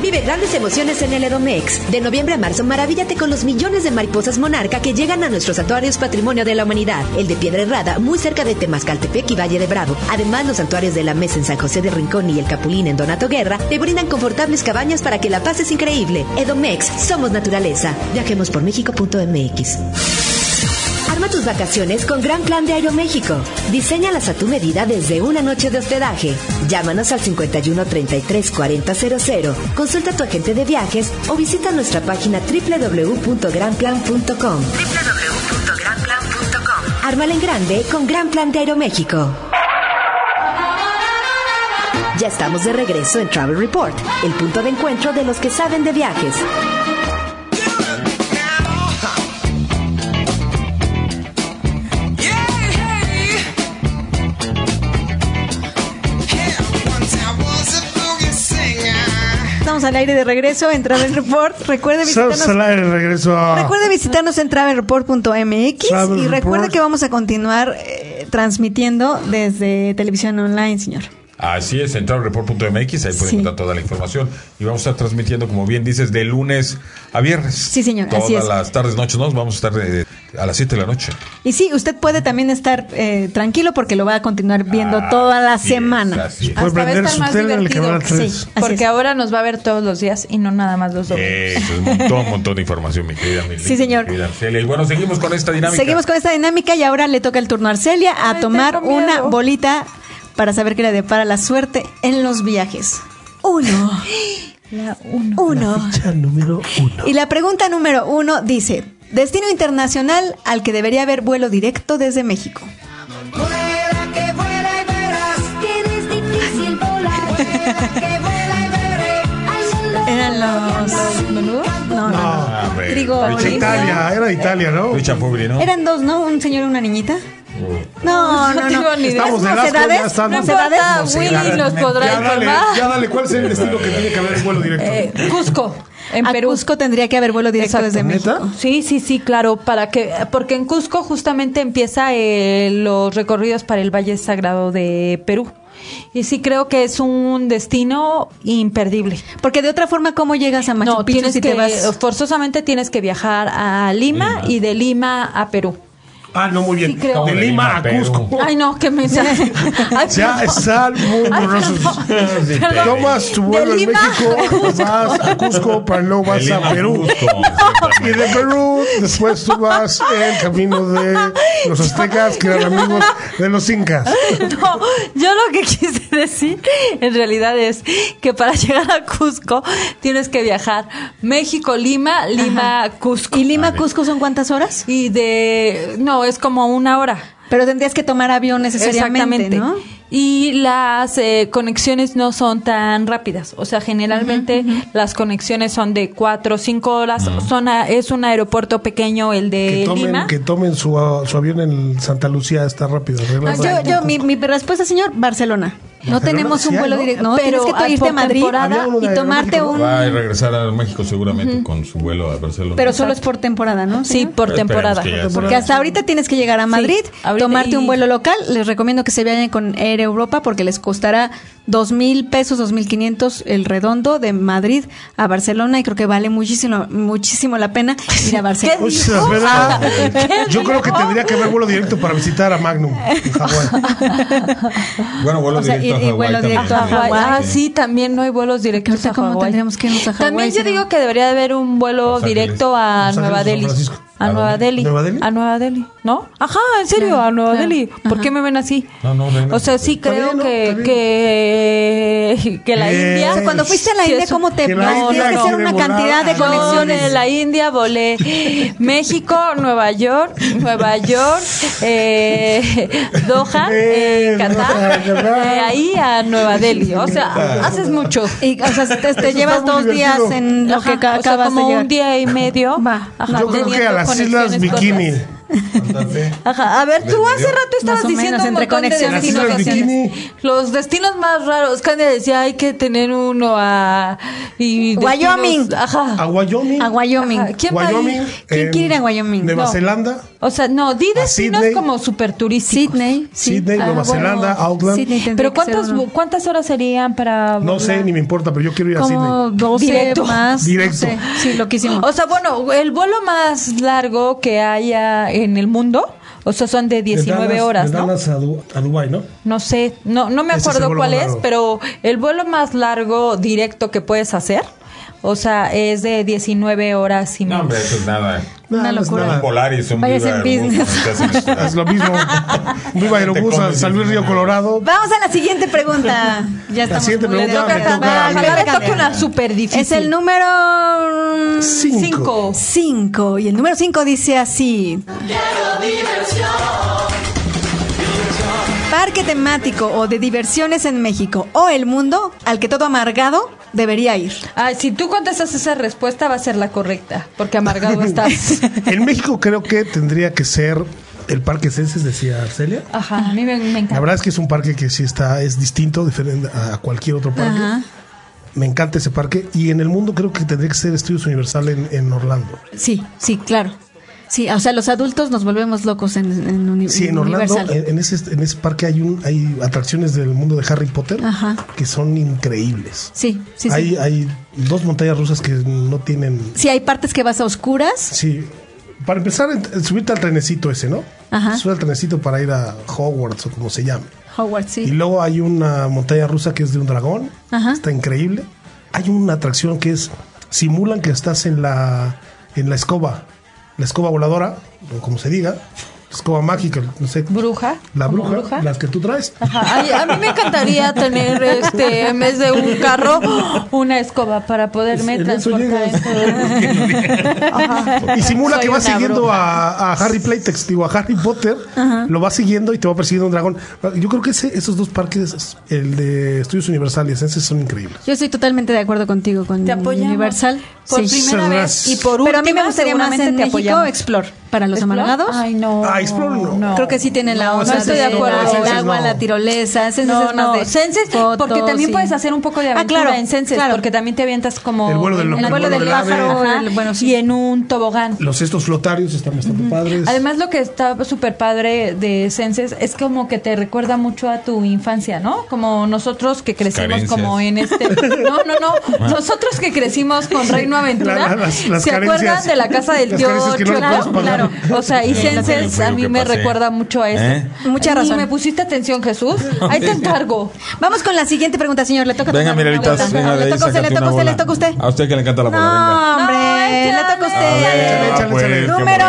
Speaker 2: Vive grandes emociones en el Edomex. De noviembre a marzo, maravíllate con los millones de mariposas monarca que llegan a nuestros santuarios Patrimonio de la Humanidad. El de Piedra Herrada, muy cerca de Temascaltepec y Valle de Bravo. Además, los santuarios de la Mesa en San José de Rincón y el Capulín en Donato Guerra te brindan confortables cabañas para que la pases increíble. Edomex, somos naturaleza. Viajemos por México.mx. Arma tus vacaciones con Gran Plan de Aeroméxico. Diseñalas a tu medida desde una noche de hospedaje. Llámanos al 51 33 40 00, consulta a tu agente de viajes o visita nuestra página www.granplan.com. Ármala en grande con Gran Plan de Aeroméxico. Ya estamos de regreso en Travel Report, el punto de encuentro de los que saben de viajes.
Speaker 8: Estamos al aire de regreso en Travel Report. Recuerde
Speaker 7: Estamos al
Speaker 8: visitarnos,
Speaker 7: aire de regreso a-
Speaker 8: recuerde visitarnos en travelreport.mx
Speaker 7: Travel
Speaker 8: y recuerde
Speaker 7: Report.
Speaker 8: que vamos a continuar eh, transmitiendo desde televisión online, señor.
Speaker 5: Así es, centralreport.mx, ahí pueden
Speaker 8: Sí.
Speaker 5: encontrar toda la información. Y vamos a estar transmitiendo, como bien dices, de lunes a viernes.
Speaker 8: Sí, señor,
Speaker 5: Todas
Speaker 8: así es.
Speaker 5: las tardes, noches, nos vamos a estar eh, a las 7 de la noche.
Speaker 8: Y sí, usted puede también estar eh, tranquilo porque lo va a continuar viendo toda la semana.
Speaker 7: Puede
Speaker 6: Hasta va a
Speaker 7: prender
Speaker 6: estar
Speaker 7: Pues su
Speaker 6: más
Speaker 7: tele en el
Speaker 6: divertido.
Speaker 7: canal tres.
Speaker 6: Sí, porque ahora nos va a ver todos los días y no nada más los domingos.
Speaker 5: Eso Eh, es un montón, un montón de información, mi querida Mili,
Speaker 8: Sí, señor.
Speaker 5: mi querida Arcelia. Y bueno, seguimos con esta dinámica.
Speaker 8: Seguimos con esta dinámica y ahora le toca el turno a Arcelia a tomar una bolita para saber qué le depara la suerte en los viajes. Uno. La uno.
Speaker 7: Fecha número uno.
Speaker 8: Y la pregunta número uno dice: Destino internacional al que debería haber vuelo directo desde México.
Speaker 16: que vuela y verás que es difícil volar. Vuela, que vuela y veré al mundo.
Speaker 8: ¿Eran los menudos? No, no, no.
Speaker 5: Ah, hombre.
Speaker 8: Trigo,
Speaker 5: Lucha-
Speaker 8: maíz. Italia,
Speaker 7: era Italia, ¿no?
Speaker 5: Lucha Publi, ¿no?
Speaker 8: Eran dos, ¿no? Un señor y una niñita. No, no, no.
Speaker 6: tengo ni idea.
Speaker 7: Estamos de asco, ya están.
Speaker 6: No importa,
Speaker 7: Sí,
Speaker 6: Willy
Speaker 7: ya dale,
Speaker 6: nos podrá
Speaker 7: ya dale,
Speaker 6: informar.
Speaker 7: Ya dale, ¿cuál sería el destino que tiene que haber el vuelo directo?
Speaker 6: Eh, Cusco. En
Speaker 8: Perú. Cusco tendría que haber vuelo directo desde México.
Speaker 6: Sí, sí, sí, claro, para que porque en Cusco justamente empieza eh, los recorridos para el Valle Sagrado de Perú. Y sí creo que es un destino imperdible.
Speaker 8: Porque de otra forma, ¿cómo llegas a Machu
Speaker 6: no,
Speaker 8: Picchu
Speaker 6: tienes
Speaker 8: si
Speaker 6: que,
Speaker 8: te vas?
Speaker 6: forzosamente tienes que viajar a Lima, y de Lima a Perú.
Speaker 7: Ah, no, muy bien.
Speaker 6: Sí, creo.
Speaker 7: De Lima a Cusco.
Speaker 6: Ay, no, qué mensaje. Ay,
Speaker 7: Ya
Speaker 6: perdón.
Speaker 7: están muy
Speaker 6: Ay,
Speaker 7: borrosos.
Speaker 6: perdón. Perdón.
Speaker 7: Tomas tu vuelo
Speaker 6: De
Speaker 7: en
Speaker 6: Lima
Speaker 7: México, vas a Cusco, para luego vas
Speaker 5: Lima
Speaker 7: a
Speaker 5: a
Speaker 7: Perú. Y de Perú, después tú vas el camino de los aztecas, que eran amigos de los incas.
Speaker 6: No, yo lo que quise decir en realidad es que para llegar a Cusco tienes que viajar México, Lima, Lima, Cusco.
Speaker 8: ¿Y Lima, Cusco son cuántas horas?
Speaker 6: Y de. No, es como una hora.
Speaker 8: Pero tendrías que tomar avión necesariamente,
Speaker 6: Exactamente.
Speaker 8: ¿no?
Speaker 6: Y las eh, conexiones no son tan rápidas. O sea, generalmente las conexiones son de cuatro o cinco horas. Son a- es un aeropuerto pequeño el de
Speaker 7: Que
Speaker 6: Lima.
Speaker 7: tomen, que tomen su, uh, su avión en Santa Lucía, está rápido.
Speaker 8: No,
Speaker 7: arreglas
Speaker 8: yo,
Speaker 7: ahí.
Speaker 8: yo, mi, mi respuesta, señor, Barcelona. No
Speaker 7: Barcelona,
Speaker 8: tenemos
Speaker 7: sí
Speaker 8: un
Speaker 7: hay,
Speaker 8: vuelo
Speaker 7: ¿no?
Speaker 8: directo. No,
Speaker 6: Pero
Speaker 8: tienes que
Speaker 6: a-
Speaker 8: irte a
Speaker 6: por
Speaker 8: Madrid
Speaker 6: temporada.
Speaker 7: Había uno
Speaker 8: y
Speaker 7: de
Speaker 8: tomarte
Speaker 7: Aeroméxico,
Speaker 8: un.
Speaker 5: Va a regresar a México seguramente con su vuelo a Barcelona.
Speaker 8: Pero solo es por temporada, ¿no?
Speaker 6: Sí,
Speaker 8: señor?
Speaker 6: por
Speaker 5: Pero esperemos
Speaker 6: temporada.
Speaker 5: que ya sea.
Speaker 8: Porque hasta ahorita tienes que llegar a Madrid,
Speaker 6: ahorita
Speaker 8: tomarte
Speaker 6: y-
Speaker 8: un vuelo local. Les recomiendo que se vayan con Air Europa porque les costará dos mil pesos, dos mil quinientos el redondo de Madrid a Barcelona y creo que vale muchísimo, muchísimo la pena ir a Barcelona.
Speaker 7: Uy, es verdad. Yo creo que tendría que haber vuelo directo para visitar a Magnum en Hawái.
Speaker 5: Bueno, vuelo
Speaker 8: O sea,
Speaker 5: directo
Speaker 8: y- y
Speaker 5: a Hawái
Speaker 8: vuelo
Speaker 5: también.
Speaker 8: directo a
Speaker 5: sí.
Speaker 8: Hawái.
Speaker 6: Ah, sí, también no hay vuelos directos
Speaker 8: No sé
Speaker 6: a
Speaker 8: cómo
Speaker 6: Hawái.
Speaker 8: tendríamos que irnos a Hawái,
Speaker 6: También yo
Speaker 8: sino-
Speaker 6: digo que debería de haber un vuelo
Speaker 5: Los Ángeles.
Speaker 6: directo a
Speaker 7: Los
Speaker 6: Nueva
Speaker 7: Ángeles,
Speaker 6: Delhi.
Speaker 7: San Francisco.
Speaker 6: A,
Speaker 5: ¿A
Speaker 6: Nueva
Speaker 5: dónde?
Speaker 6: Delhi.
Speaker 7: ¿Nueva Delhi?
Speaker 6: A Nueva Delhi. ¿No? Ajá, en serio,
Speaker 8: Claro,
Speaker 6: a Nueva
Speaker 8: claro.
Speaker 6: Delhi. ¿Por qué me ven así?
Speaker 5: No, no, no, no.
Speaker 6: O sea, sí
Speaker 7: Está
Speaker 6: creo
Speaker 7: bien, ¿no?
Speaker 6: que,
Speaker 7: Está bien.
Speaker 6: que, que la
Speaker 7: Eh,
Speaker 6: India.
Speaker 7: o sea,
Speaker 8: Cuando fuiste a la
Speaker 6: Pues, Sí,
Speaker 8: India,
Speaker 6: es un-
Speaker 8: ¿cómo te
Speaker 7: que la India
Speaker 8: no, tienes que
Speaker 7: no
Speaker 8: hacer
Speaker 7: quiere
Speaker 8: una
Speaker 7: volar.
Speaker 8: cantidad de
Speaker 7: No,
Speaker 6: Yo
Speaker 8: conexiones?
Speaker 6: de la India volé México, Nueva York, Nueva York, eh, Doha,
Speaker 7: Eh,
Speaker 6: eh, Qatar,
Speaker 7: Doha,
Speaker 6: eh, ahí a Nueva Delhi. O sea, haces mucho.
Speaker 8: Y, o sea, te, te
Speaker 7: Eso
Speaker 8: llevas
Speaker 7: está
Speaker 8: dos
Speaker 7: muy
Speaker 8: días
Speaker 7: divertido.
Speaker 8: en lo
Speaker 6: Ajá,
Speaker 8: que ca-
Speaker 6: o sea,
Speaker 8: acabas
Speaker 6: como
Speaker 8: de llegar.
Speaker 6: un día y medio.
Speaker 8: Va.
Speaker 6: Ajá,
Speaker 7: Yo creo que a
Speaker 6: teniendo
Speaker 7: las Islas
Speaker 6: conexiones
Speaker 7: Bikini.
Speaker 6: cortas. Ajá. A ver, tú
Speaker 8: ¿Desde
Speaker 6: hace
Speaker 8: Dios?
Speaker 6: rato estabas
Speaker 8: Más o
Speaker 6: diciendo
Speaker 8: menos,
Speaker 6: un
Speaker 8: entre
Speaker 6: montón de
Speaker 8: conexiones y
Speaker 6: destinos.
Speaker 8: conexiones.
Speaker 6: Los destinos más raros. Candia decía, hay que tener uno a... y destinos-
Speaker 8: Wyoming.
Speaker 6: Ajá.
Speaker 7: A Wyoming.
Speaker 8: A Wyoming.
Speaker 6: Ajá. ¿Quién va a ir?
Speaker 7: Wyoming.
Speaker 8: ¿Quién quiere ir a Wyoming?
Speaker 7: Nueva
Speaker 8: No.
Speaker 7: Zelanda.
Speaker 6: O sea, no, di destinos como super turísticos. Sydney.
Speaker 7: Sydney,
Speaker 8: Ah,
Speaker 7: Nueva Zelanda, Auckland. Sydney tendría
Speaker 6: Pero
Speaker 7: que ser
Speaker 6: ¿cuántas,
Speaker 7: uno.
Speaker 6: ¿cuántas horas serían para...
Speaker 7: No sé,
Speaker 6: volar?
Speaker 7: ni me importa, pero yo quiero ir a Sydney.
Speaker 6: como 12 más.
Speaker 7: Directo.
Speaker 6: sí, loquísimo. O sea, bueno, el vuelo más largo que haya en el mundo, o sea, son de 19
Speaker 7: De Dallas-
Speaker 6: horas,
Speaker 7: de
Speaker 6: ¿no?
Speaker 7: Dallas a, Du- a Dubái, ¿no?
Speaker 6: No sé, no, no me
Speaker 7: Ese es el
Speaker 6: acuerdo
Speaker 7: vuelo
Speaker 6: cuál
Speaker 7: más
Speaker 6: es,
Speaker 7: largo.
Speaker 6: pero el vuelo más largo directo que puedes hacer, o sea, es de 19 horas y
Speaker 5: No,
Speaker 6: media.
Speaker 5: hombre, eso es nada.
Speaker 6: Una No, no es locura. nada.
Speaker 5: Un Volaris, un
Speaker 6: Vayas
Speaker 5: Viva
Speaker 6: en
Speaker 5: Aerobús,
Speaker 6: business.
Speaker 5: te hacen-
Speaker 7: Es lo mismo. Viva Aerobús a San Luis Río Colorado.
Speaker 8: Vamos a la siguiente pregunta. Ya
Speaker 7: La
Speaker 8: estamos
Speaker 7: siguiente
Speaker 8: muy
Speaker 7: pregunta
Speaker 8: lejos.
Speaker 7: me toca
Speaker 8: Va,
Speaker 7: a mí.
Speaker 8: Javier
Speaker 7: Me toca
Speaker 8: Cárdenas.
Speaker 7: una súper
Speaker 6: difícil.
Speaker 8: Es el número 5.
Speaker 7: Cinco.
Speaker 8: 5. Y el número 5 dice así. Parque temático o de diversiones en México o el mundo al que todo amargado debería ir.
Speaker 6: Ah, si tú contestas esa respuesta va a ser la correcta, porque amargado estás.
Speaker 7: En México creo que tendría que ser el Parque Censes, decía Celia.
Speaker 6: Ajá, a mí me, me
Speaker 7: La
Speaker 6: encanta.
Speaker 7: verdad es que es un parque que sí está, es distinto, diferente a cualquier otro parque.
Speaker 6: Ajá.
Speaker 7: Me encanta ese parque. Y en el mundo creo que tendría que ser Estudios Universal en, en Orlando.
Speaker 8: Sí, sí, claro. Sí, o sea, los adultos nos volvemos locos en, en, uni-
Speaker 7: Sí, en Orlando, eh.
Speaker 8: Universal.
Speaker 7: en, en ese, en ese parque hay un, hay atracciones del mundo de Harry Potter
Speaker 8: Ajá.
Speaker 7: que son increíbles.
Speaker 8: Sí, Ah. sí, sí.
Speaker 7: hay, hay dos montañas rusas que no tienen.
Speaker 8: Sí, hay partes que vas a oscuras.
Speaker 7: Sí. Para empezar, en- subirte al trenecito ese, ¿no?
Speaker 8: Ajá.
Speaker 7: Sube al trenecito para ir a Hogwarts o como se llame.
Speaker 8: Howard,
Speaker 7: Y
Speaker 8: sí.
Speaker 7: luego hay una montaña rusa que es de un dragón.
Speaker 8: Ajá.
Speaker 7: Está increíble. Hay una atracción que es. Simulan que estás en la. en la escoba. La escoba voladora, o como se diga. Escoba mágica, no sé.
Speaker 6: Bruja.
Speaker 7: La
Speaker 6: ¿Como
Speaker 7: bruja,
Speaker 6: bruja?
Speaker 7: las que tú traes.
Speaker 6: Ajá, ay, a mí me encantaría tener, este, en vez de un carro, una escoba para poderme
Speaker 7: En eso
Speaker 6: transportar.
Speaker 7: llegas.
Speaker 6: Ajá.
Speaker 7: Y simula
Speaker 6: Soy
Speaker 7: que va
Speaker 6: una
Speaker 7: siguiendo
Speaker 6: bruja.
Speaker 7: a, a Harry Playtex, digo, a Harry Potter,
Speaker 6: Ajá.
Speaker 7: lo va siguiendo y te va persiguiendo un dragón. Yo creo que ese- esos dos parques, el de Estudios Universales, esos son increíbles.
Speaker 8: Yo estoy totalmente de acuerdo contigo con
Speaker 6: Te apoyamos.
Speaker 8: Universal.
Speaker 6: Por
Speaker 8: Sí.
Speaker 6: primera vez y por
Speaker 8: Pero a mí me
Speaker 6: última,
Speaker 8: gustaría más
Speaker 6: seguramente
Speaker 8: en
Speaker 6: te
Speaker 8: México
Speaker 6: apoyamos.
Speaker 8: Explore para los
Speaker 6: ¿Explore?
Speaker 8: amargados.
Speaker 6: Ay, no.
Speaker 7: Ah, Explore no.
Speaker 8: Creo que sí tienen la
Speaker 6: No,
Speaker 8: onda
Speaker 6: no estoy de acuerdo.
Speaker 8: la- el
Speaker 6: Senses
Speaker 8: agua,
Speaker 6: no.
Speaker 8: la tirolesa, Senses
Speaker 6: No,
Speaker 8: es más
Speaker 6: no,
Speaker 8: de
Speaker 6: Senses,
Speaker 8: fotos,
Speaker 6: porque también
Speaker 8: sí.
Speaker 6: puedes hacer un poco de
Speaker 8: Ah,
Speaker 6: aventura
Speaker 8: claro,
Speaker 6: en Senses,
Speaker 8: claro.
Speaker 6: porque también te avientas como
Speaker 7: El vuelo del
Speaker 6: en
Speaker 7: loco,
Speaker 6: el vuelo del pájaro
Speaker 8: ave.
Speaker 6: ajá, y en un tobogán.
Speaker 7: Los estos flotarios están bastante padres.
Speaker 6: Además, lo que está súper padre de Senses es como que te recuerda mucho a tu infancia, ¿no? Como nosotros que crecimos
Speaker 7: Carencias.
Speaker 6: como en este... No, no, no. Nosotros que crecimos con Reino Aventura,
Speaker 7: La- la- las- las
Speaker 6: ¿se acuerdan
Speaker 7: carencias.
Speaker 6: de la casa del
Speaker 7: Las
Speaker 6: tío
Speaker 7: carencias que no le
Speaker 6: Claro,
Speaker 7: puedes
Speaker 6: claro.
Speaker 7: pagar.
Speaker 6: O sea, y
Speaker 7: Sí, lo que-
Speaker 6: Senses
Speaker 7: lo
Speaker 6: a
Speaker 7: que
Speaker 6: mí me
Speaker 7: pasé.
Speaker 6: recuerda mucho a eso.
Speaker 5: ¿Eh?
Speaker 8: Mucha
Speaker 6: Ay,
Speaker 8: razón.
Speaker 6: ¿Me pusiste atención, Jesús? Ahí te encargo.
Speaker 8: Vamos con la siguiente pregunta, señor. Le toca
Speaker 5: Venga,
Speaker 8: tomar una
Speaker 5: Mirelitas,
Speaker 8: bola.
Speaker 5: venga de
Speaker 8: Le
Speaker 5: ahí,
Speaker 8: toca a usted, le
Speaker 5: sácate
Speaker 8: toca a
Speaker 5: una
Speaker 8: usted, le
Speaker 5: bola.
Speaker 8: toca a usted.
Speaker 5: A usted que le encanta la bola,
Speaker 8: No, hombre, le toca a usted.
Speaker 5: venga.
Speaker 7: échale, échale.
Speaker 8: Número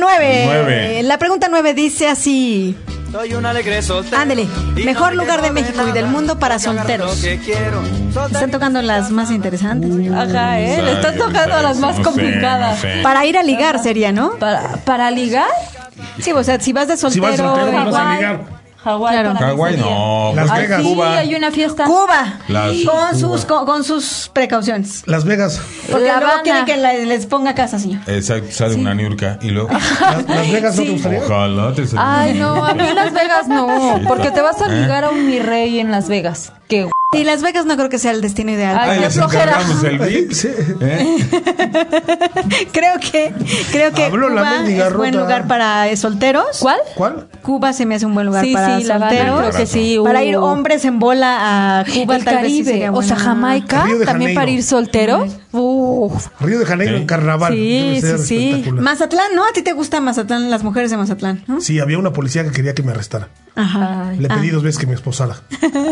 Speaker 5: Nueve.
Speaker 8: 9. La pregunta 9 dice así.
Speaker 11: Soy un alegre soltero.
Speaker 8: Ándele, mejor lugar de México y del mundo para solteros.
Speaker 11: quiero.
Speaker 8: Están tocando las más interesantes.
Speaker 6: Ajá, ¿eh? Le estás tocando a las
Speaker 8: no
Speaker 6: más
Speaker 8: sé,
Speaker 6: complicadas.
Speaker 8: no sé. Para ir a ligar sería, ¿no?
Speaker 6: ¿Para, para ligar?
Speaker 8: Sí, o sea, si vas de
Speaker 6: Si
Speaker 8: soltero.
Speaker 6: vas soltero,
Speaker 8: Hawái,
Speaker 6: vas a ligar. Hawái
Speaker 8: Claro.
Speaker 6: para mí
Speaker 5: Hawái
Speaker 6: sería-
Speaker 5: no.
Speaker 7: Las
Speaker 5: porque
Speaker 7: Vegas.
Speaker 5: Cuba.
Speaker 6: hay una fiesta.
Speaker 8: Cuba.
Speaker 5: Las-
Speaker 8: con,
Speaker 5: Cuba.
Speaker 8: Sus, con, con sus precauciones.
Speaker 7: Las Vegas.
Speaker 8: Porque
Speaker 6: La
Speaker 8: luego
Speaker 6: Habana.
Speaker 8: quieren que la- les ponga casa, señor.
Speaker 5: Exacto, Eh, sale una niurca y luego.
Speaker 7: Las, Las Vegas no te gustaría.
Speaker 5: Ojalá te salga.
Speaker 6: Ay, no, a mí Las Vegas no,
Speaker 5: Sí,
Speaker 6: porque te vas a
Speaker 5: ¿eh?
Speaker 6: ligar a un mi rey en Las Vegas. Que
Speaker 8: Y Las Vegas no creo que sea el destino ideal.
Speaker 6: Ay,
Speaker 5: Ay,
Speaker 6: qué
Speaker 5: les
Speaker 6: flojera.
Speaker 5: encargamos el VIP. ¿eh?
Speaker 8: creo que, creo que
Speaker 7: Habló la
Speaker 8: Cuba
Speaker 7: mendiga
Speaker 8: es buen
Speaker 7: ruta.
Speaker 8: lugar para eh, solteros.
Speaker 6: ¿Cuál?
Speaker 7: ¿Cuál?
Speaker 8: Cuba se me hace un buen lugar
Speaker 6: Sí,
Speaker 8: para
Speaker 6: sí, La Habana,
Speaker 8: solteros.
Speaker 6: creo que sí,
Speaker 8: Para
Speaker 6: uh.
Speaker 8: ir hombres en bola a Cuba,
Speaker 6: el
Speaker 8: tal vez sí
Speaker 6: Caribe,
Speaker 8: sería
Speaker 6: o sea,
Speaker 8: bueno.
Speaker 6: Jamaica,
Speaker 7: Río de
Speaker 6: también
Speaker 7: Janeiro.
Speaker 6: para ir solteros. Uf.
Speaker 7: Río de Janeiro en carnaval.
Speaker 8: Sí,
Speaker 7: Debe ser
Speaker 8: sí, sí.
Speaker 7: espectacular.
Speaker 8: Mazatlán, ¿no? A ti te gusta Mazatlán, las mujeres de Mazatlán, ¿no?
Speaker 7: Sí, había una policía que quería que me arrestara.
Speaker 8: Ajá.
Speaker 7: Le
Speaker 6: Ah.
Speaker 7: pedí dos veces que me esposara.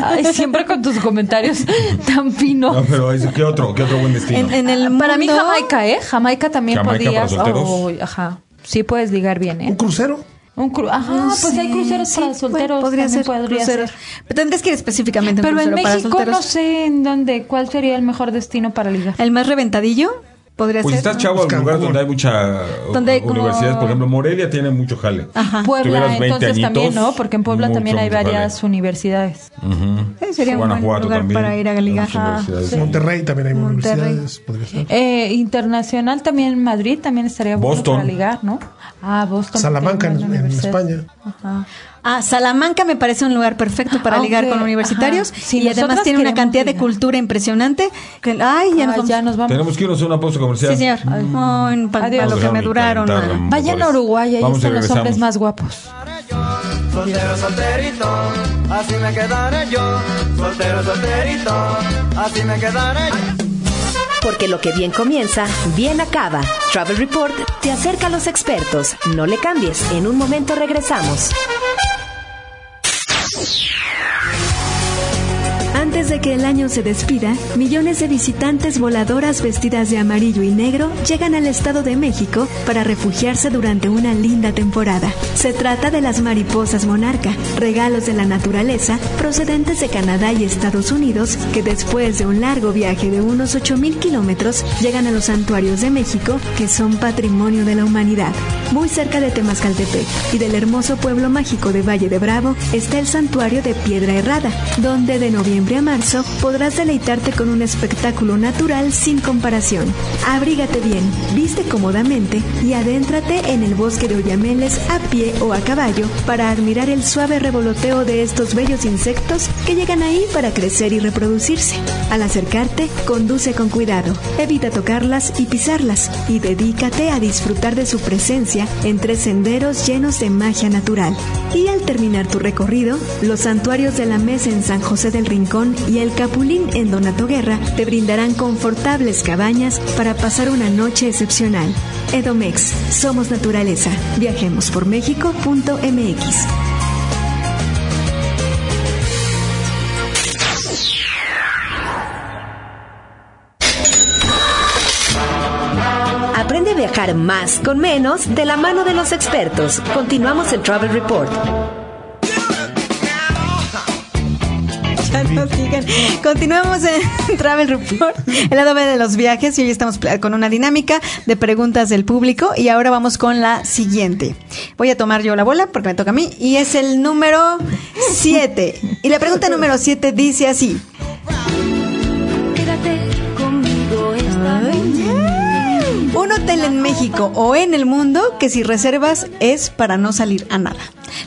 Speaker 6: Ay, siempre con tus comentarios tan finos.
Speaker 5: No, pero es- ¿qué otro? ¿Qué otro buen destino?
Speaker 6: Ah, Para mí Jamaica, ¿eh? Jamaica también
Speaker 5: Jamaica para
Speaker 6: podías.
Speaker 5: solteros.
Speaker 6: Ay, ajá. Sí puedes ligar bien, ¿eh?
Speaker 7: ¿Un crucero?
Speaker 6: Un cru-
Speaker 8: Ah,
Speaker 6: Ajá, pues hay cruceros para solteros.
Speaker 8: podría ser
Speaker 6: también podría
Speaker 8: cruceros.
Speaker 6: ser.
Speaker 8: Pero tendrías que ir específicamente a un
Speaker 6: Pero en
Speaker 8: crucero para
Speaker 6: México
Speaker 8: solteros.
Speaker 6: no sé en dónde, cuál sería el mejor destino para ligar.
Speaker 8: ¿El más reventadillo? Podría
Speaker 5: Pues
Speaker 8: ser.
Speaker 5: estás
Speaker 8: ¿no?
Speaker 5: chavo en lugares donde hay mucha
Speaker 8: Donde hay como-
Speaker 5: universidades. Por ejemplo, Morelia tiene mucho jale.
Speaker 6: Ajá.
Speaker 5: Si
Speaker 6: Puebla,
Speaker 5: tuvieras 20
Speaker 6: entonces también,
Speaker 5: añitos,
Speaker 6: ¿no? Porque en Puebla
Speaker 5: mucho,
Speaker 6: también hay
Speaker 5: mucho
Speaker 6: varias universidades.
Speaker 5: jale. Ujú.
Speaker 8: Sí, sería un buen
Speaker 5: Guanajuato
Speaker 8: lugar
Speaker 5: también.
Speaker 8: para ir a ligar.
Speaker 5: Las universidades.
Speaker 8: Sí.
Speaker 7: Monterrey también hay
Speaker 8: Monterrey.
Speaker 7: universidades. podría ser.
Speaker 6: Eh, internacional también, Madrid también estaría bueno
Speaker 7: Boston.
Speaker 6: para ligar, ¿no? Ah, Boston.
Speaker 7: Salamanca, en- en España.
Speaker 8: Ah, Salamanca me parece un lugar perfecto para
Speaker 6: Ah,
Speaker 8: ligar
Speaker 6: ok,
Speaker 8: con universitarios
Speaker 6: ajá. Sí,
Speaker 8: y además
Speaker 6: nosotras
Speaker 8: tiene una
Speaker 6: queremos Ah,
Speaker 8: cantidad de cultura impresionante. que- ay, Ah, ya, nos vamos.
Speaker 5: Tenemos que irnos a una pausa comercial.
Speaker 8: Sí, señor. Ay, pa- pa-
Speaker 5: Adiós.
Speaker 8: lo que me duraron.
Speaker 5: Tardan
Speaker 8: mano.
Speaker 5: un poco Vayan a eso.
Speaker 6: Uruguay, ahí
Speaker 5: Vamos y
Speaker 6: están los
Speaker 5: regresamos.
Speaker 6: hombres más guapos.
Speaker 11: Soltero, solterito, así me quedaré yo. Soltero, solterito, así me quedaré yo.
Speaker 2: Porque lo que bien comienza, bien acaba. Travel Report te acerca a los expertos. No le cambies, en un momento regresamos.
Speaker 17: Antes de que el año se despida, millones de visitantes voladoras vestidas de amarillo y negro llegan al Estado de México para refugiarse durante una linda temporada. Se trata de las mariposas monarca, regalos de la naturaleza procedentes de Canadá y Estados Unidos que después de un largo viaje de unos 8.000 kilómetros llegan a los santuarios de México que son patrimonio de la humanidad. Muy cerca de Temazcaltepec y del hermoso pueblo mágico de Valle de Bravo está el santuario de Piedra Herrada, donde de noviembre a marzo podrás deleitarte con un espectáculo natural sin comparación. Abrígate bien, viste cómodamente y adéntrate en el bosque de Oyameles a pie o a caballo para admirar el suave revoloteo de estos bellos insectos que llegan ahí para crecer y reproducirse. Al acercarte, conduce con cuidado, evita tocarlas y pisarlas y dedícate a disfrutar de su presencia entre senderos llenos de magia natural. Y al terminar tu recorrido, los santuarios de la Mesa en San José del Rincón y el Capulín en Donato Guerra te brindarán confortables cabañas para pasar una noche excepcional. Edomex, somos naturaleza. Viajemos por México.mx.
Speaker 2: Aprende a viajar más con menos de la mano de los expertos. Continuamos en Travel Report.
Speaker 8: Ya no digan. Continuamos en Travel Report, el lado B de los viajes, y hoy estamos pl- con una dinámica de preguntas del público. Y ahora vamos con la siguiente. Voy a tomar yo la bola porque me toca a mí, y es el número 7. Y la pregunta número 7 dice así:
Speaker 16: Quédate conmigo esta noche.
Speaker 8: Un hotel en México o en el mundo que si reservas es para no salir a nada.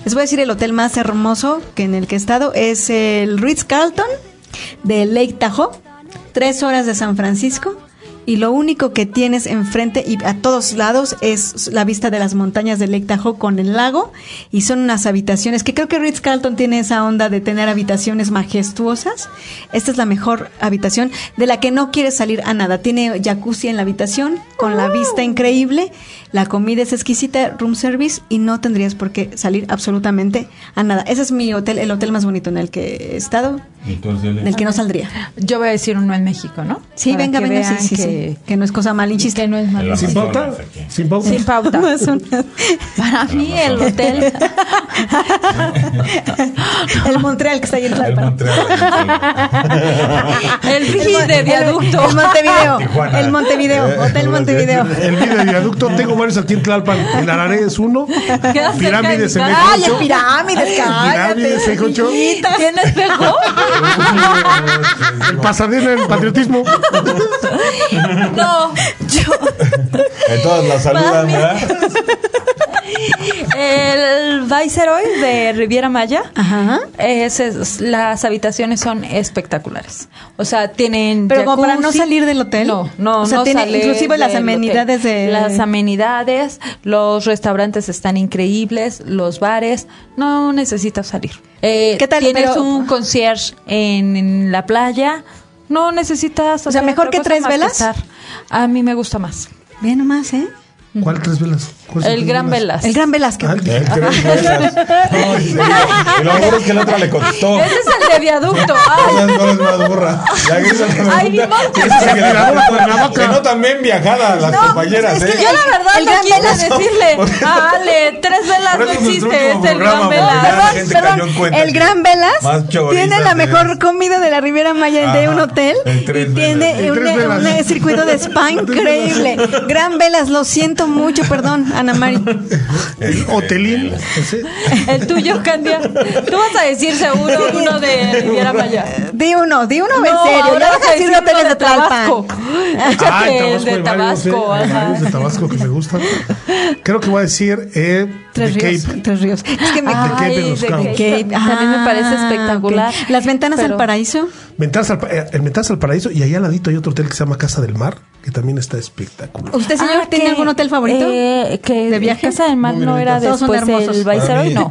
Speaker 8: Les voy a decir el hotel más hermoso que en el que he estado es el Ritz Carlton de Lake Tahoe, tres horas de San Francisco. Y lo único que tienes enfrente y a todos lados es la vista de las montañas de Lake Tahoe con el lago. Y son unas habitaciones que creo que Ritz Carlton tiene esa onda de tener habitaciones majestuosas. Esta es la mejor habitación de la que no quieres salir a nada. Tiene jacuzzi en la habitación con la vista increíble. La comida es exquisita, room service y no tendrías por qué salir absolutamente a nada. Ese es mi hotel, el hotel más bonito en el que he estado,
Speaker 5: Entonces,
Speaker 8: en el que no saldría.
Speaker 6: Yo voy a decir uno en México, ¿no?
Speaker 8: Sí,
Speaker 6: Para
Speaker 8: venga,
Speaker 6: que
Speaker 8: venga,
Speaker 6: vean
Speaker 8: sí, sí,
Speaker 6: que-
Speaker 8: sí. Que no es cosa malinchista.
Speaker 6: Que no es
Speaker 7: Sin
Speaker 6: malinchista.
Speaker 7: pauta, sin pauta.
Speaker 6: Sin pauta.
Speaker 8: No es una-
Speaker 6: Para mí el hotel...
Speaker 8: el Montreal que está ahí en Tlalpan.
Speaker 6: el frigid de viaducto.
Speaker 8: El Montevideo.
Speaker 7: Tijuana.
Speaker 8: El
Speaker 5: Eh,
Speaker 8: Montevideo. Hotel Montevideo.
Speaker 7: El video de viaducto, tengo varios aquí en Tlalpan. En Araré es uno.
Speaker 6: Queda cerca
Speaker 7: Pirámides
Speaker 6: de
Speaker 7: en
Speaker 6: mi
Speaker 7: Eje
Speaker 6: casa.
Speaker 8: Ay, el
Speaker 7: 8.
Speaker 8: Pirámides, cállate.
Speaker 7: Pirámides en Eje 8.
Speaker 6: ¿Tiene espejo?
Speaker 7: El pasadero en patriotismo.
Speaker 6: No, yo...
Speaker 5: Entonces la saludan, ¿verdad?
Speaker 6: El Viceroy de Riviera Maya,
Speaker 8: Ajá.
Speaker 6: es- es- las habitaciones son espectaculares. O sea, tienen.
Speaker 8: Pero como para no
Speaker 6: jacuzzi.
Speaker 8: salir del hotel.
Speaker 6: No, no,
Speaker 8: O sea,
Speaker 6: no
Speaker 8: tiene
Speaker 6: salir
Speaker 8: inclusive las
Speaker 6: del
Speaker 8: amenidades
Speaker 6: hotel.
Speaker 8: de-
Speaker 6: Las amenidades, los restaurantes están increíbles, los bares. No necesitas salir. Eh,
Speaker 8: ¿Qué tal?
Speaker 6: Tienes
Speaker 8: Pero-
Speaker 6: un concierge en, en la playa. No necesitas.
Speaker 8: O sea,
Speaker 6: hacer
Speaker 8: ¿mejor
Speaker 6: otra
Speaker 8: que
Speaker 6: cosa
Speaker 8: tres
Speaker 6: más
Speaker 8: velas?
Speaker 6: estar. A mí me gusta más.
Speaker 8: Ve nomás, ¿eh?
Speaker 7: ¿Cuál tres velas? ¿Cuál
Speaker 5: Pues
Speaker 7: es
Speaker 6: El Gran
Speaker 7: Velas?
Speaker 6: Velas.
Speaker 8: El Gran Velázquez.
Speaker 7: Ah, el Gran Velas.
Speaker 5: No, en serio. Y lo mejor es que la otra le contestó.
Speaker 6: Ese es el de viaducto. Ah, Ay,
Speaker 5: No seas- no eres más burra. La que hizo la
Speaker 6: Ay, ni
Speaker 5: pregunta,
Speaker 6: modo.
Speaker 5: que dice que la otra- Se notan bien viajadas las compañeras, ¿eh?
Speaker 6: pues, yo la verdad
Speaker 8: El
Speaker 6: no
Speaker 8: gran
Speaker 6: quiero
Speaker 8: velas.
Speaker 6: decirle.
Speaker 5: Por eso-
Speaker 6: Ah, Ale, tres velas
Speaker 5: por eso
Speaker 6: no
Speaker 5: es nuestro
Speaker 6: existe.
Speaker 5: último
Speaker 6: Es el gran
Speaker 5: programa, porque ya
Speaker 6: velas.
Speaker 5: la gente
Speaker 8: Perdón,
Speaker 5: cayó en cuenta
Speaker 8: el
Speaker 5: que
Speaker 8: Gran Velas
Speaker 5: más choriza
Speaker 8: tiene la
Speaker 5: tenés.
Speaker 8: mejor comida de la Riviera Maya de
Speaker 5: Ajá,
Speaker 8: un hotel
Speaker 5: el
Speaker 8: y
Speaker 5: Tres Velas.
Speaker 8: tiene
Speaker 5: El
Speaker 8: un,
Speaker 5: Tres Velas.
Speaker 8: un circuito de spa increíble. Gran Velas, lo siento mucho, perdón, Ana Mari.
Speaker 5: El
Speaker 7: hotelín. Ese-
Speaker 6: El tuyo, Candia. Tú vas a decir seguro uno de Riviera Maya.
Speaker 8: Di uno, di uno en
Speaker 6: No,
Speaker 8: serio.
Speaker 6: ahora
Speaker 8: Ya vas
Speaker 6: vas
Speaker 8: a
Speaker 6: a
Speaker 8: decir
Speaker 6: decir
Speaker 8: hoteles
Speaker 6: uno
Speaker 8: de
Speaker 6: de
Speaker 8: Tlalpan.
Speaker 6: Tabasco.
Speaker 7: Ah, en
Speaker 6: El de
Speaker 7: hay varios,
Speaker 6: Tabasco.
Speaker 7: ¿eh? Hay
Speaker 6: ajá.
Speaker 7: varios de Tabasco que me gustan. Creo que voy a decir eh,
Speaker 8: Tres
Speaker 7: The
Speaker 8: ríos,
Speaker 7: Cape.
Speaker 8: tres ríos. Es que me
Speaker 7: Ah, The Cape en Los
Speaker 6: The
Speaker 7: Cabos.
Speaker 6: Cape. También me parece espectacular.
Speaker 8: Ah, ok. Las ventanas
Speaker 6: Pero-
Speaker 8: al paraíso.
Speaker 7: Ventanas al, pa- eh, el Ventanas al Paraíso y allá al ladito hay otro hotel que se llama Casa del Mar, que también está espectacular.
Speaker 8: ¿Usted, señor,
Speaker 6: Ah,
Speaker 8: tiene
Speaker 6: que-
Speaker 8: algún hotel favorito?
Speaker 6: eh, que
Speaker 8: ¿De viaje?
Speaker 6: Casa del Mar
Speaker 8: Muy
Speaker 6: no
Speaker 8: bien,
Speaker 6: era
Speaker 8: todos son
Speaker 6: después
Speaker 8: hermosos.
Speaker 6: el Viceroy, no.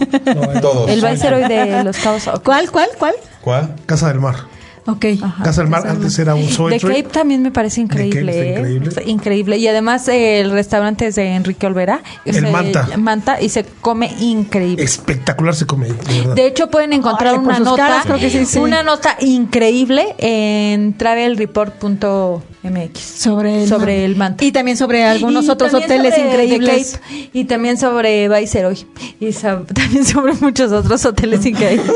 Speaker 5: Todos.
Speaker 6: El Viceroy de los Cabos. ok.
Speaker 8: ¿Cuál, cuál, cuál?
Speaker 5: ¿Cuál?
Speaker 7: Casa del Mar.
Speaker 6: Ah,
Speaker 8: Ok.
Speaker 7: Casa del Mar antes era un Zoe
Speaker 6: The
Speaker 7: Tree.
Speaker 6: Cape también me parece increíble.
Speaker 7: Cape está
Speaker 6: ¿eh?
Speaker 7: increíble.
Speaker 6: Está increíble. Y además eh, el restaurante es de Enrique Olvera.
Speaker 7: El
Speaker 6: Se-
Speaker 7: Manta.
Speaker 6: Manta y se come increíble.
Speaker 7: Espectacular se come, de verdad.
Speaker 6: De hecho, pueden encontrar
Speaker 8: Órale, por
Speaker 6: una
Speaker 8: sus
Speaker 6: nota,
Speaker 8: caras, creo que sí, sí.
Speaker 6: una nota increíble en travelreport.mx
Speaker 8: Sobre el
Speaker 6: sobre
Speaker 8: mar.
Speaker 6: el manta.
Speaker 8: Y también sobre algunos
Speaker 6: Y
Speaker 8: otros
Speaker 6: también
Speaker 8: hoteles
Speaker 6: sobre
Speaker 8: increíbles.
Speaker 6: The Cape, y también sobre Viceroy. Y sab- también sobre muchos otros hoteles increíbles.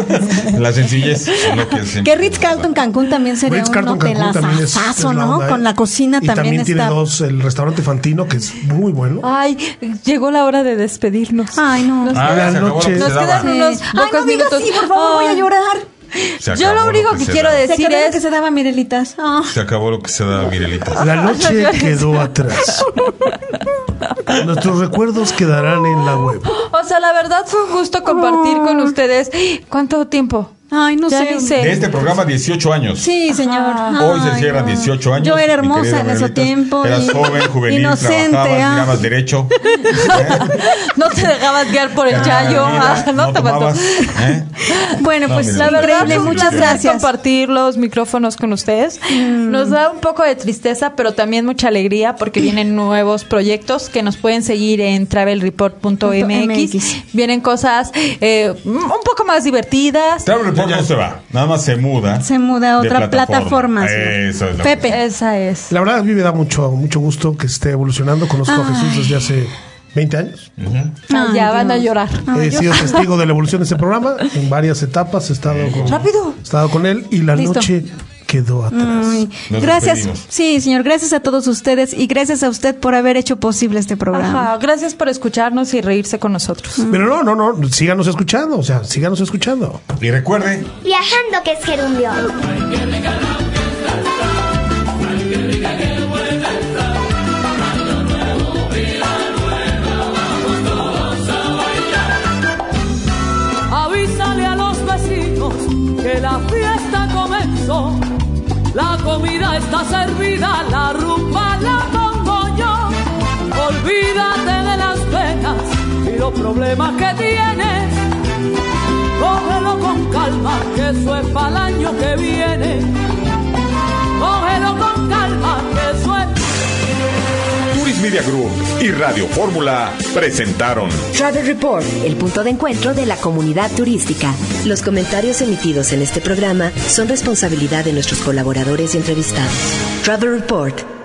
Speaker 5: La sencillez. es lo que Ah, siempre-
Speaker 8: Que Ritz Carlton Cancún también sería
Speaker 7: Ritz
Speaker 8: un
Speaker 7: Carlton Cancún
Speaker 8: hotelazo,
Speaker 7: también es, es la
Speaker 8: ¿no?
Speaker 7: onda, ¿eh?
Speaker 8: Con la cocina
Speaker 7: y
Speaker 8: también,
Speaker 7: tiene
Speaker 8: está. Ah.
Speaker 7: dos, el restaurante Fantino, que es muy bueno.
Speaker 6: Ay, llegó la hora de despedirnos.
Speaker 8: Ay, no.
Speaker 6: Nos
Speaker 5: Ah,
Speaker 7: La
Speaker 5: se acabó lo que
Speaker 7: noche.
Speaker 5: se
Speaker 6: Nos
Speaker 5: daba.
Speaker 6: quedan unos
Speaker 8: Sí. Ay,
Speaker 6: pocos
Speaker 8: no digas
Speaker 6: minutos.
Speaker 8: sí, por favor, voy a
Speaker 6: Ay.
Speaker 8: llorar.
Speaker 5: Se
Speaker 6: Yo
Speaker 5: acabó
Speaker 6: lo único que,
Speaker 5: se
Speaker 6: quiero
Speaker 5: daba.
Speaker 8: Se
Speaker 6: decir
Speaker 8: acabó lo que
Speaker 6: es
Speaker 8: se daba, Mirelitas. Ah.
Speaker 5: Se acabó lo que se daba, Mirelita.
Speaker 7: La noche quedó atrás. Nuestros recuerdos quedarán en la web.
Speaker 6: O sea, la verdad fue un gusto compartir con ustedes. ¿Cuánto tiempo?
Speaker 8: Ay, no
Speaker 6: Oh. Ya
Speaker 8: sé.
Speaker 6: ni
Speaker 5: De
Speaker 6: sé.
Speaker 5: este programa, 18 años.
Speaker 8: Sí, señor.
Speaker 5: Hoy se
Speaker 8: Ay,
Speaker 5: cierran
Speaker 8: no.
Speaker 5: 18 años.
Speaker 8: Yo era
Speaker 5: mi querida
Speaker 8: hermosa en ese
Speaker 5: Margarita.
Speaker 8: tiempo.
Speaker 5: Eras
Speaker 8: y-
Speaker 5: joven, juvenil,
Speaker 8: inocente.
Speaker 5: trabajabas,
Speaker 8: ah.
Speaker 5: mirabas derecho.
Speaker 6: No te dejabas guiar por el
Speaker 5: Ah,
Speaker 6: chayo.
Speaker 5: mira,
Speaker 6: Ah, no te
Speaker 5: tomabas,
Speaker 6: mató.
Speaker 5: ¿eh?
Speaker 8: Bueno,
Speaker 5: No,
Speaker 8: pues
Speaker 5: mira,
Speaker 8: la
Speaker 5: la
Speaker 8: verdad,
Speaker 5: verdad,
Speaker 8: muchas
Speaker 5: sí.
Speaker 8: gracias. Mm.
Speaker 6: compartir los micrófonos con ustedes. Nos da un poco de tristeza, pero también mucha alegría porque vienen nuevos proyectos que nos pueden seguir en travelreport.mx.
Speaker 8: MX.
Speaker 6: Vienen cosas eh, un poco más divertidas.
Speaker 5: Travel Report no se va, nada más se muda.
Speaker 8: Se muda a
Speaker 5: de
Speaker 8: otra plataforma.
Speaker 5: Eso es lo que-
Speaker 8: Pepe.
Speaker 6: Esa es.
Speaker 7: La verdad, a mí me da mucho, mucho gusto que esté evolucionando. Conozco a Jesús desde hace 20 años.
Speaker 8: Ay,
Speaker 6: ya van a
Speaker 8: Dios.
Speaker 6: llorar.
Speaker 7: He sido testigo de la evolución de ese programa en varias etapas. He estado con,
Speaker 6: Rápido.
Speaker 7: he estado con él y la
Speaker 6: Listo.
Speaker 7: noche quedó atrás.
Speaker 8: Ay,
Speaker 5: Nos
Speaker 8: gracias,
Speaker 5: despedimos.
Speaker 8: sí, señor, gracias a todos ustedes y gracias a usted por haber hecho posible este programa.
Speaker 6: Ajá, gracias por escucharnos y reírse con nosotros.
Speaker 7: Pero no, no, no, síganos escuchando, o sea, síganos escuchando.
Speaker 5: Y recuerde,
Speaker 16: Viajando que es gerundio.
Speaker 13: Avísale a los vecinos que la fiesta comenzó. La comida está servida, la rumba la pongo yo. Olvídate de las penas y los problemas que tienes. Cógelo con calma, que eso es para el año que viene. Cógelo con calma, que eso es.
Speaker 1: Turis Media Group y Radio Fórmula presentaron
Speaker 2: Travel Report, el punto de encuentro de la comunidad turística. Los comentarios emitidos en este programa son responsabilidad de nuestros colaboradores y entrevistados. Travel Report